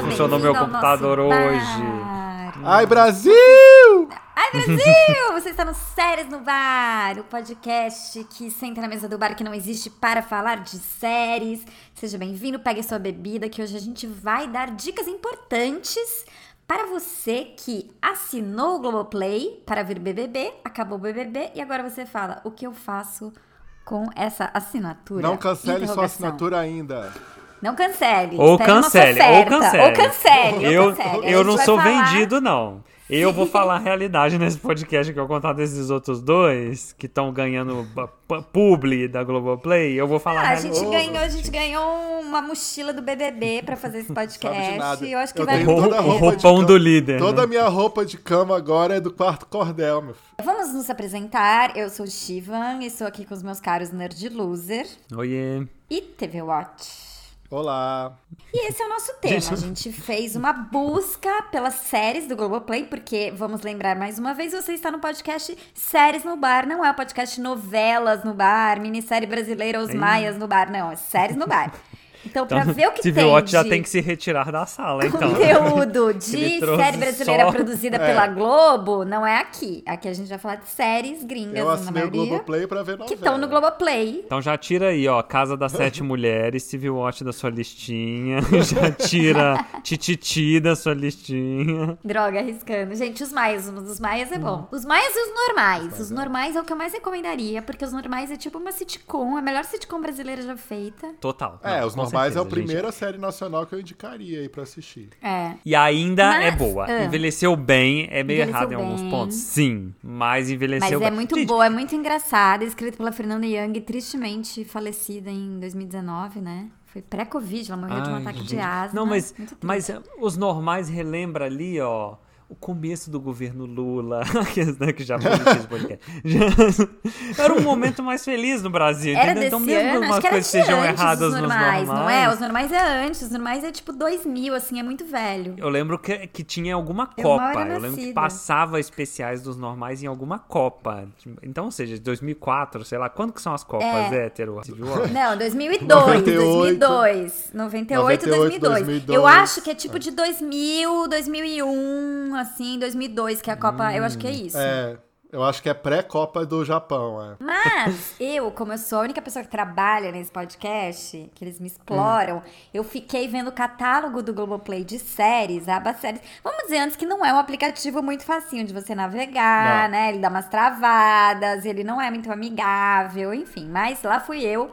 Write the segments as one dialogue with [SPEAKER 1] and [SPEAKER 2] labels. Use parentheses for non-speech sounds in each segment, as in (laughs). [SPEAKER 1] funcionou meu
[SPEAKER 2] ao nosso
[SPEAKER 1] computador
[SPEAKER 2] bar.
[SPEAKER 1] hoje.
[SPEAKER 3] Ai, Brasil!
[SPEAKER 2] Ai, Brasil! (laughs) Você está no Séries no Bar, o podcast que senta na mesa do bar que não existe para falar de séries. Seja bem-vindo, pegue sua bebida, que hoje a gente vai dar dicas importantes para você que assinou o Globoplay para vir BBB, acabou o BBB e agora você fala: o que eu faço com essa assinatura?
[SPEAKER 3] Não cancele sua
[SPEAKER 2] Interrogação.
[SPEAKER 3] assinatura ainda.
[SPEAKER 2] Não cancele.
[SPEAKER 1] Ou
[SPEAKER 2] Pegue uma
[SPEAKER 1] cancele, ou
[SPEAKER 2] oferta,
[SPEAKER 1] cancele.
[SPEAKER 2] Ou cancele. ou
[SPEAKER 1] Eu,
[SPEAKER 2] cancele. A
[SPEAKER 1] eu
[SPEAKER 2] gente
[SPEAKER 1] não
[SPEAKER 2] vai
[SPEAKER 1] sou
[SPEAKER 2] falar-
[SPEAKER 1] vendido, não. Eu vou falar a realidade nesse podcast que eu contar desses outros dois que estão ganhando p- p- publi da Globoplay. Eu vou falar
[SPEAKER 2] Ah, a
[SPEAKER 1] realidade.
[SPEAKER 2] gente ganhou, a gente ganhou uma mochila do BBB pra fazer esse
[SPEAKER 3] Sabe de
[SPEAKER 2] podcast.
[SPEAKER 3] nada.
[SPEAKER 2] Eu acho que
[SPEAKER 3] Eu
[SPEAKER 2] vai
[SPEAKER 3] tenho toda a
[SPEAKER 1] O
[SPEAKER 3] roupa de
[SPEAKER 1] roupão
[SPEAKER 3] cama-
[SPEAKER 1] do líder,
[SPEAKER 3] Toda
[SPEAKER 1] né?
[SPEAKER 3] a minha roupa de cama agora é do quarto cordel, meu filho.
[SPEAKER 2] Vamos nos apresentar. Eu sou o Shivan e estou aqui com os meus caros Nerd Loser
[SPEAKER 1] Oiê.
[SPEAKER 2] e TV Watch.
[SPEAKER 3] Olá.
[SPEAKER 2] E esse é o nosso tema. A gente fez uma busca pelas séries do Globoplay, porque, vamos lembrar mais uma vez, você está no podcast Séries no Bar. Não é o podcast Novelas no Bar, Minissérie Brasileira Os Maias no Bar. Não, é Séries no Bar. Então, pra ver o que
[SPEAKER 1] TV
[SPEAKER 2] tem
[SPEAKER 1] Watch já
[SPEAKER 2] de-
[SPEAKER 1] tem que se retirar
[SPEAKER 2] (laughs)
[SPEAKER 1] da sala, então.
[SPEAKER 2] conteúdo
[SPEAKER 1] (laughs)
[SPEAKER 2] de
[SPEAKER 1] Ele trouxe
[SPEAKER 2] série brasileira
[SPEAKER 1] só-
[SPEAKER 2] produzida
[SPEAKER 3] É.
[SPEAKER 2] pela Globo não é aqui. Aqui a gente vai falar de séries
[SPEAKER 3] Eu
[SPEAKER 2] gringas, na
[SPEAKER 3] assinei o
[SPEAKER 2] maioria,
[SPEAKER 3] Globoplay pra ver novela.
[SPEAKER 2] que estão no Globoplay.
[SPEAKER 1] Então já tira aí, ó, Casa das
[SPEAKER 3] (laughs)
[SPEAKER 1] Sete Mulheres, Civil Watch da sua listinha, (laughs) já tira Tititi da sua listinha.
[SPEAKER 2] Droga, arriscando. Gente, os maias, os maias é bom. Os maias e os normais. Os normais é o que eu mais recomendaria, porque os normais é tipo uma sitcom, a melhor sitcom brasileira já feita.
[SPEAKER 1] Total.
[SPEAKER 3] É,
[SPEAKER 1] não,
[SPEAKER 3] Os
[SPEAKER 1] Ah, com
[SPEAKER 3] Normais é a
[SPEAKER 1] certeza, gente.
[SPEAKER 3] primeira série nacional que eu indicaria aí pra assistir.
[SPEAKER 2] É.
[SPEAKER 1] E ainda
[SPEAKER 2] Mas,
[SPEAKER 1] é boa.
[SPEAKER 2] ah.
[SPEAKER 1] envelheceu bem, é meio
[SPEAKER 2] Envelheceu
[SPEAKER 1] errado em alguns
[SPEAKER 2] bem.
[SPEAKER 1] pontos. Sim, mas
[SPEAKER 2] Mas
[SPEAKER 1] envelheceu
[SPEAKER 2] é
[SPEAKER 1] bem.
[SPEAKER 2] muito
[SPEAKER 1] Gente,
[SPEAKER 2] boa, é muito engraçada, escrita pela Fernanda Young, tristemente falecida em 2019, né? Foi pré-Covid, ela morreu de um
[SPEAKER 1] ai,
[SPEAKER 2] ataque de
[SPEAKER 1] gente.
[SPEAKER 2] asma.
[SPEAKER 1] Não, mas,
[SPEAKER 2] Muito triste.
[SPEAKER 1] mas ah, os normais relembra ali, ó, o começo do governo Lula, (laughs) Aqueles, né, que já foi esse podcast. Já- Era um momento mais feliz no Brasil,
[SPEAKER 2] Era
[SPEAKER 1] entendeu?
[SPEAKER 2] desse
[SPEAKER 1] Então mesmo
[SPEAKER 2] ano,
[SPEAKER 1] umas
[SPEAKER 2] acho que era
[SPEAKER 1] coisas
[SPEAKER 2] de
[SPEAKER 1] sejam
[SPEAKER 2] antes
[SPEAKER 1] erradas
[SPEAKER 2] dos
[SPEAKER 1] nos
[SPEAKER 2] normais,
[SPEAKER 1] normais,
[SPEAKER 2] não é? Os normais é antes, os normais é tipo 2000, assim, é muito velho.
[SPEAKER 1] Eu lembro que, que tinha alguma
[SPEAKER 2] Eu
[SPEAKER 1] Copa.
[SPEAKER 2] mal era
[SPEAKER 1] Eu lembro que
[SPEAKER 2] nascida.
[SPEAKER 1] passava especiais dos normais em alguma Copa. Então, ou seja, 2004, sei lá. Quando que são as Copas,
[SPEAKER 2] É.
[SPEAKER 1] hétero? Civil War?
[SPEAKER 2] Não, 2002,
[SPEAKER 3] 98,
[SPEAKER 2] 2002, 98, 2002.
[SPEAKER 3] 2002.
[SPEAKER 2] Eu acho que é tipo de 2000, 2001, assim, 2002, que é a Copa, eu acho que é isso.
[SPEAKER 3] É, eu acho que é pré-Copa do Japão, é.
[SPEAKER 2] Mas eu, como eu sou a única pessoa que trabalha nesse podcast, que eles me exploram, eu fiquei vendo o catálogo do Globoplay de séries, aba séries. Vamos dizer antes que não é um aplicativo muito facinho de você navegar,
[SPEAKER 3] Não.
[SPEAKER 2] né? Ele dá umas travadas, ele não é muito amigável, enfim. Mas lá fui eu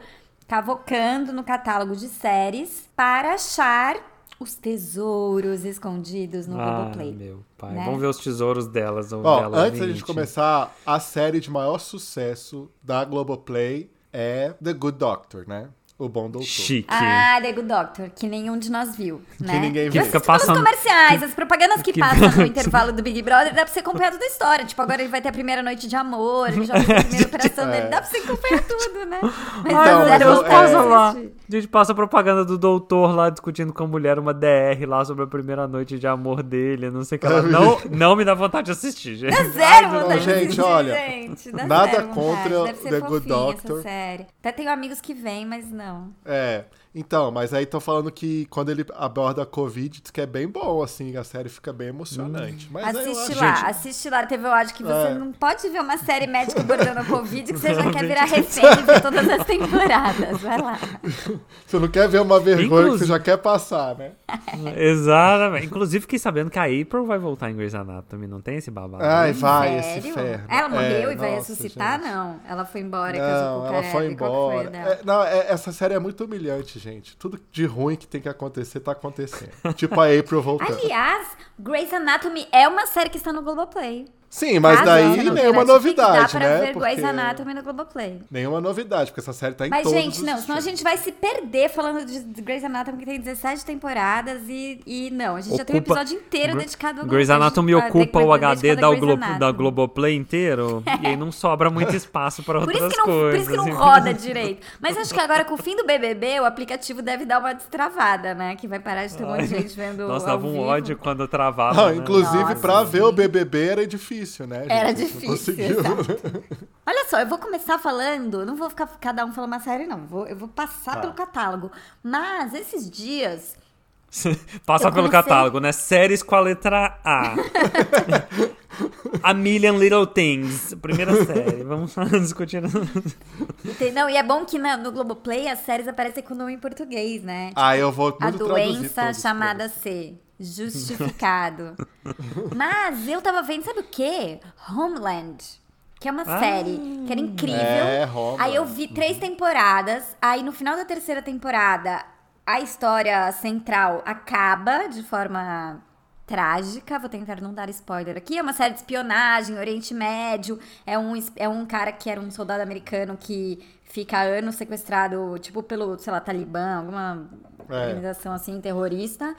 [SPEAKER 2] cavocando no catálogo de séries para achar os tesouros escondidos no
[SPEAKER 1] ah,
[SPEAKER 2] Globoplay.
[SPEAKER 1] meu pai.
[SPEAKER 2] né?
[SPEAKER 1] Vamos ver os tesouros delas. Ou
[SPEAKER 3] Ó,
[SPEAKER 1] delas,
[SPEAKER 3] antes da gente
[SPEAKER 1] gente.
[SPEAKER 3] começar, a série de maior sucesso da Globoplay é The Good Doctor, né? O Bom Doutor.
[SPEAKER 1] Chique.
[SPEAKER 2] Ah, The Good Doctor, que nenhum de nós viu, né?
[SPEAKER 3] ninguém
[SPEAKER 1] Que
[SPEAKER 3] viu.
[SPEAKER 2] Mas
[SPEAKER 1] fica
[SPEAKER 2] tipo, nos
[SPEAKER 1] passando-
[SPEAKER 2] comerciais, as propagandas que,
[SPEAKER 1] que- (laughs)
[SPEAKER 2] passam no intervalo do Big Brother, dá pra você acompanhar toda a história. Tipo, agora ele vai ter a primeira noite de amor, ele já fez a
[SPEAKER 3] (laughs)
[SPEAKER 2] primeira operação dele, dá pra você acompanhar tudo, né? Mas
[SPEAKER 3] É. Então,
[SPEAKER 2] nós
[SPEAKER 3] mas
[SPEAKER 2] éramos
[SPEAKER 3] eu- é-
[SPEAKER 2] capazes de
[SPEAKER 1] passa lá.
[SPEAKER 2] assistir.
[SPEAKER 1] A gente passa a propaganda do doutor lá discutindo com a mulher uma DR lá sobre a primeira noite de amor dele, não sei o
[SPEAKER 3] (laughs)
[SPEAKER 1] que lá. Não, não me dá vontade de assistir, gente.
[SPEAKER 2] Dá É zero
[SPEAKER 3] Ai,
[SPEAKER 2] vontade de
[SPEAKER 3] gente,
[SPEAKER 2] assistir,
[SPEAKER 3] olha,
[SPEAKER 2] gente. Dá
[SPEAKER 3] nada
[SPEAKER 2] zero vontade.
[SPEAKER 3] contra
[SPEAKER 2] Deve ser
[SPEAKER 3] The Good
[SPEAKER 2] fofinha
[SPEAKER 3] Doctor.
[SPEAKER 2] Essa série. Até tenho amigos que vêm, mas não.
[SPEAKER 3] É. Então, mas aí tô falando que quando ele aborda a Covid, diz que é bem bom, assim, a série fica bem emocionante. Mas aí eu
[SPEAKER 2] assiste
[SPEAKER 3] acho-
[SPEAKER 2] lá,
[SPEAKER 3] Gente,
[SPEAKER 2] assiste lá. Teve eu acho que você
[SPEAKER 3] É.
[SPEAKER 2] não pode ver uma série médica abordando a Covid que você já quer virar refém e ver todas as temporadas. Vai lá.
[SPEAKER 3] você não quer ver uma vergonha que
[SPEAKER 1] Inclusive-
[SPEAKER 3] você já quer passar, né?
[SPEAKER 1] Exatamente. Inclusive, fiquei sabendo que a April vai voltar em Grey's Anatomy, não tem esse babado?
[SPEAKER 3] Ai, vai,
[SPEAKER 2] Sério?
[SPEAKER 3] Ah, esse ferro.
[SPEAKER 2] Ela morreu
[SPEAKER 3] É,
[SPEAKER 2] e vai
[SPEAKER 3] nossa,
[SPEAKER 2] ressuscitar?
[SPEAKER 3] gente.
[SPEAKER 2] Não. Ela foi embora e casou
[SPEAKER 3] Não,
[SPEAKER 2] com o
[SPEAKER 3] ela
[SPEAKER 2] cara.
[SPEAKER 3] foi
[SPEAKER 2] E qual que foi a
[SPEAKER 3] embora.
[SPEAKER 2] dela?
[SPEAKER 3] É, não, é- essa série é muito humilhante, gente. Tudo de ruim que tem que acontecer,
[SPEAKER 2] (laughs)
[SPEAKER 3] tá acontecendo. tipo a April voltando.
[SPEAKER 2] Aliás, Grey's Anatomy é uma série que está no Globoplay.
[SPEAKER 3] Sim, mas
[SPEAKER 2] Tá?
[SPEAKER 3] daí
[SPEAKER 2] Você não tem
[SPEAKER 3] nenhuma
[SPEAKER 2] Netflix, Dá
[SPEAKER 3] novidade,
[SPEAKER 2] pra ver
[SPEAKER 3] né?
[SPEAKER 2] Grey's
[SPEAKER 3] Porque-
[SPEAKER 2] Anatomy no Globoplay.
[SPEAKER 3] Nenhuma novidade, porque essa série tá em
[SPEAKER 2] Mas,
[SPEAKER 3] todos
[SPEAKER 2] gente,
[SPEAKER 3] os
[SPEAKER 2] não, senão a gente vai se perder falando de Grey's Anatomy, que tem 17 temporadas e, e não. A gente já tem um
[SPEAKER 1] Ocupa-
[SPEAKER 2] episódio inteiro
[SPEAKER 1] Gre-
[SPEAKER 2] dedicado ao Ah,
[SPEAKER 1] Grey's Anatomy
[SPEAKER 2] a-
[SPEAKER 1] ocupa o
[SPEAKER 2] dedicado
[SPEAKER 1] HD
[SPEAKER 2] a
[SPEAKER 1] da,
[SPEAKER 2] Grey's
[SPEAKER 1] Glo
[SPEAKER 2] Anatomy.
[SPEAKER 1] da Globoplay
[SPEAKER 2] (laughs)
[SPEAKER 1] inteiro e aí não sobra muito espaço pra
[SPEAKER 2] Por
[SPEAKER 1] outras
[SPEAKER 2] isso, que não,
[SPEAKER 1] coisas.
[SPEAKER 2] por isso que não
[SPEAKER 1] entendeu?
[SPEAKER 2] roda direito. Mas acho que agora, com o fim do BBB, o aplicativo deve dar uma destravada, né? Que vai parar de ter um monte de gente vendo
[SPEAKER 1] Nossa,
[SPEAKER 2] ao
[SPEAKER 1] dava um
[SPEAKER 2] vivo.
[SPEAKER 1] ódio quando travava.
[SPEAKER 3] Não,
[SPEAKER 1] né?
[SPEAKER 3] Ah, inclusive,
[SPEAKER 2] Nossa,
[SPEAKER 3] pra ver o BBB era difícil, né? gente?
[SPEAKER 2] Era
[SPEAKER 3] Não
[SPEAKER 2] difícil,
[SPEAKER 3] conseguiu.
[SPEAKER 2] Olha só, eu vou começar falando, não vou ficar
[SPEAKER 1] Tá.
[SPEAKER 2] cada um falando uma série, não. Vou, eu vou passar pelo catálogo. Mas esses dias
[SPEAKER 1] (laughs) Passar
[SPEAKER 2] Eu
[SPEAKER 1] pelo
[SPEAKER 2] comecei-
[SPEAKER 1] catálogo, né? Séries com a letra
[SPEAKER 2] (laughs)
[SPEAKER 1] A. a Million Little Things. Primeira série. Vamos lá (laughs) discutir.
[SPEAKER 2] E tem- Não, e é bom que na, no Globoplay as séries aparecem com o nome em português, né?
[SPEAKER 3] Ah, eu vou muito
[SPEAKER 2] A
[SPEAKER 3] traduzir
[SPEAKER 2] doença
[SPEAKER 3] todos,
[SPEAKER 2] chamada C.
[SPEAKER 3] (laughs)
[SPEAKER 2] Justificado. Mas eu tava vendo, sabe o quê? Homeland. Que é uma
[SPEAKER 1] Ah.
[SPEAKER 2] série que era incrível.
[SPEAKER 3] É, Homeland.
[SPEAKER 2] Aí eu vi três temporadas. Aí no final da terceira temporada, a história central acaba de forma trágica. Vou tentar não dar spoiler aqui. É uma série de espionagem, Oriente Médio. É um, es- é um cara que era um soldado americano que fica anos sequestrado, tipo, pelo, sei lá, Talibã, alguma
[SPEAKER 3] É.
[SPEAKER 2] organização assim, terrorista.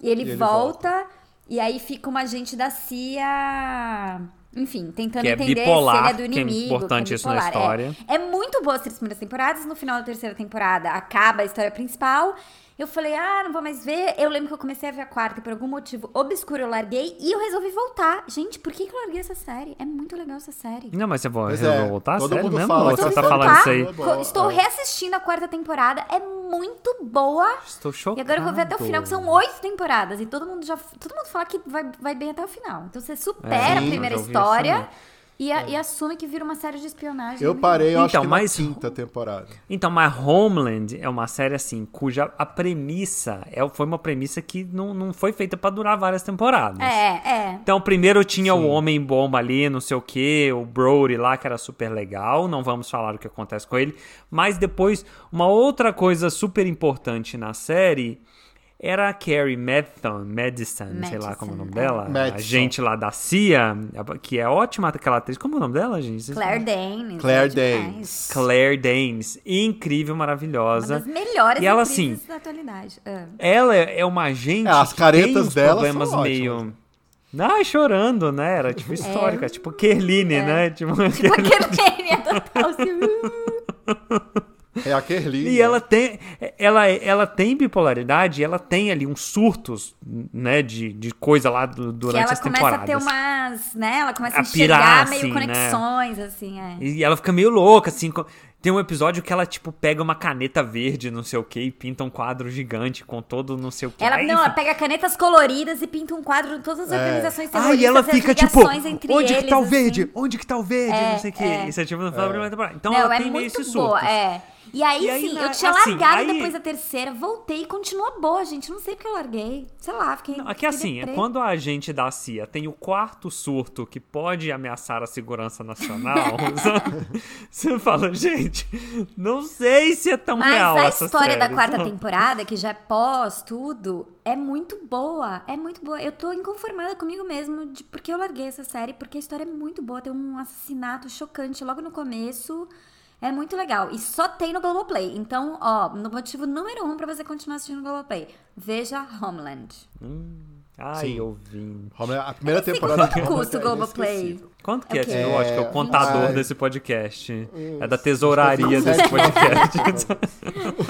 [SPEAKER 2] E ele,
[SPEAKER 3] E ele
[SPEAKER 2] volta, e aí fica uma agente da CIA. Enfim, tentando
[SPEAKER 1] Que é
[SPEAKER 2] entender se
[SPEAKER 1] bipolar,
[SPEAKER 2] ele é do
[SPEAKER 1] que é
[SPEAKER 2] inimigo.
[SPEAKER 1] importante
[SPEAKER 2] que é
[SPEAKER 1] isso na
[SPEAKER 2] bipolar, é.
[SPEAKER 1] história.
[SPEAKER 2] É muito boa as três primeiras temporadas. No final da terceira temporada acaba a história principal. Eu falei, ah, não vou mais ver. Eu lembro que eu comecei a ver a quarta e por algum motivo obscuro eu larguei e eu resolvi voltar. Gente, por que, que eu larguei essa série? É muito legal essa série.
[SPEAKER 1] Não, mas você vai
[SPEAKER 3] Pois
[SPEAKER 1] resolveu
[SPEAKER 3] é,
[SPEAKER 1] voltar?
[SPEAKER 3] todo
[SPEAKER 1] Sério
[SPEAKER 3] mundo
[SPEAKER 1] mesmo?
[SPEAKER 3] fala,
[SPEAKER 1] Ou
[SPEAKER 3] todo
[SPEAKER 1] você
[SPEAKER 2] Resolvi
[SPEAKER 1] tá
[SPEAKER 3] mundo
[SPEAKER 1] falando
[SPEAKER 2] voltar.
[SPEAKER 1] isso aí?
[SPEAKER 3] Boa, boa,
[SPEAKER 2] Estou
[SPEAKER 3] é.
[SPEAKER 2] reassistindo a quarta temporada. É muito boa.
[SPEAKER 1] Estou chocado.
[SPEAKER 2] E agora eu vou ver até o final, que são oito temporadas. E todo mundo já. Todo mundo fala que vai, vai bem até o final. Então você supera
[SPEAKER 3] É,
[SPEAKER 2] a
[SPEAKER 3] sim,
[SPEAKER 2] primeira
[SPEAKER 1] eu já ouvi É.
[SPEAKER 2] história
[SPEAKER 1] isso
[SPEAKER 2] e, a- e assume que vira uma série de espionagem.
[SPEAKER 3] Eu parei, eu acho
[SPEAKER 1] Então,
[SPEAKER 3] que
[SPEAKER 1] mas-
[SPEAKER 3] na quinta temporada.
[SPEAKER 1] Então, mas Homeland é uma série assim, cuja a premissa é, foi uma premissa que não, não foi feita pra durar várias temporadas.
[SPEAKER 2] É, é.
[SPEAKER 1] Então, primeiro tinha o Homem Bomba ali, não sei o que, o Brody lá, que era super legal, não vamos falar o que acontece com ele. Mas depois, uma outra coisa super importante na série era a Carrie Madison, Madison, sei lá como é o nome
[SPEAKER 2] Madison, é.
[SPEAKER 1] dela, a
[SPEAKER 3] Madison.
[SPEAKER 1] gente lá da CIA, que é ótima aquela atriz, como é o nome dela, gente? Vocês
[SPEAKER 2] Claire
[SPEAKER 1] né?
[SPEAKER 2] Danes.
[SPEAKER 3] Claire
[SPEAKER 2] é demais.
[SPEAKER 3] Danes.
[SPEAKER 1] Claire Danes, incrível,
[SPEAKER 2] Uma
[SPEAKER 1] maravilhosa.
[SPEAKER 2] das melhores
[SPEAKER 1] E ela,
[SPEAKER 2] atrizes
[SPEAKER 1] assim,
[SPEAKER 2] da atualidade.
[SPEAKER 1] (laughs)
[SPEAKER 2] Ah.
[SPEAKER 1] Ela é é uma gente
[SPEAKER 3] É, as
[SPEAKER 1] que
[SPEAKER 3] caretas
[SPEAKER 1] tem uns
[SPEAKER 3] dela são
[SPEAKER 1] problemas
[SPEAKER 3] ótimas.
[SPEAKER 1] meio... Ah, chorando, né? Era tipo histórica, tipo Kerline, né? Tipo,
[SPEAKER 2] É. Tipo aquele que é total. assim, uh.
[SPEAKER 3] É a Kerline.
[SPEAKER 1] (laughs) E ela tem, ela, ela tem bipolaridade, ela tem ali uns surtos, né, de, de coisa lá
[SPEAKER 2] Que
[SPEAKER 1] do- durante
[SPEAKER 2] ela
[SPEAKER 1] as
[SPEAKER 2] começa
[SPEAKER 1] temporadas.
[SPEAKER 2] a ter umas, né? Ela começa a,
[SPEAKER 1] A
[SPEAKER 2] enxergar
[SPEAKER 1] pirar,
[SPEAKER 2] meio
[SPEAKER 1] assim, né?
[SPEAKER 2] conexões, assim, é.
[SPEAKER 1] E ela fica meio louca, assim. co- Tem um episódio que ela, tipo, pega uma caneta verde, não sei o que, e pinta um quadro gigante com todo não sei o que.
[SPEAKER 2] Ela, não, ela pega canetas coloridas e pinta um quadro de todas as
[SPEAKER 3] É.
[SPEAKER 2] organizações
[SPEAKER 1] Ah,
[SPEAKER 2] terroristas.
[SPEAKER 1] e ela
[SPEAKER 2] as
[SPEAKER 1] fica tipo,
[SPEAKER 2] ligações entre
[SPEAKER 1] onde que tá o
[SPEAKER 2] eles, assim.
[SPEAKER 1] verde? Onde que tá o verde? não sei o que.
[SPEAKER 2] é.
[SPEAKER 1] Isso é tipo no final da primeira temporada. Então
[SPEAKER 2] Não,
[SPEAKER 1] ela
[SPEAKER 2] é
[SPEAKER 1] tem meio
[SPEAKER 2] muito
[SPEAKER 1] esse surto.
[SPEAKER 2] boa, é. E aí,
[SPEAKER 1] E aí,
[SPEAKER 2] sim,
[SPEAKER 1] na-
[SPEAKER 2] eu tinha
[SPEAKER 1] assim,
[SPEAKER 2] largado
[SPEAKER 1] aí-
[SPEAKER 2] depois da terceira, voltei e continua boa, gente. Não sei porque eu larguei. Sei lá, fiquei.
[SPEAKER 1] Não, Aqui
[SPEAKER 2] fiquei
[SPEAKER 1] assim, é
[SPEAKER 2] deprê.
[SPEAKER 1] quando a gente da CIA tem o quarto surto que pode ameaçar a segurança nacional, (laughs) sabe? você fala, gente, não sei se é tão
[SPEAKER 2] Mas
[SPEAKER 1] real
[SPEAKER 2] a
[SPEAKER 1] essa
[SPEAKER 2] história da
[SPEAKER 1] série,
[SPEAKER 2] quarta
[SPEAKER 3] (laughs)
[SPEAKER 1] sabe?
[SPEAKER 2] temporada, que já é pós tudo, é muito boa. É muito boa. Eu tô inconformada comigo mesmo de porque eu larguei essa série, porque a história é muito boa. Tem um assassinato chocante logo no começo. É muito legal. E só tem no Globoplay. Então, ó, no motivo número um pra você continuar assistindo o Globoplay. Veja Homeland.
[SPEAKER 1] Hum, Ai,
[SPEAKER 3] Sim.
[SPEAKER 1] ouvinte.
[SPEAKER 3] Homeland- A primeira
[SPEAKER 2] Esse
[SPEAKER 3] temporada
[SPEAKER 2] quanto
[SPEAKER 3] de
[SPEAKER 2] custa o
[SPEAKER 3] Homeland é
[SPEAKER 2] Globoplay?
[SPEAKER 3] inesquecível.
[SPEAKER 1] Quanto que é,
[SPEAKER 2] Ok.
[SPEAKER 1] Tino? Eu acho que é o
[SPEAKER 3] É,
[SPEAKER 1] contador
[SPEAKER 3] ai.
[SPEAKER 1] desse podcast. É da tesouraria
[SPEAKER 3] Você
[SPEAKER 1] desse
[SPEAKER 3] consegue-
[SPEAKER 1] podcast.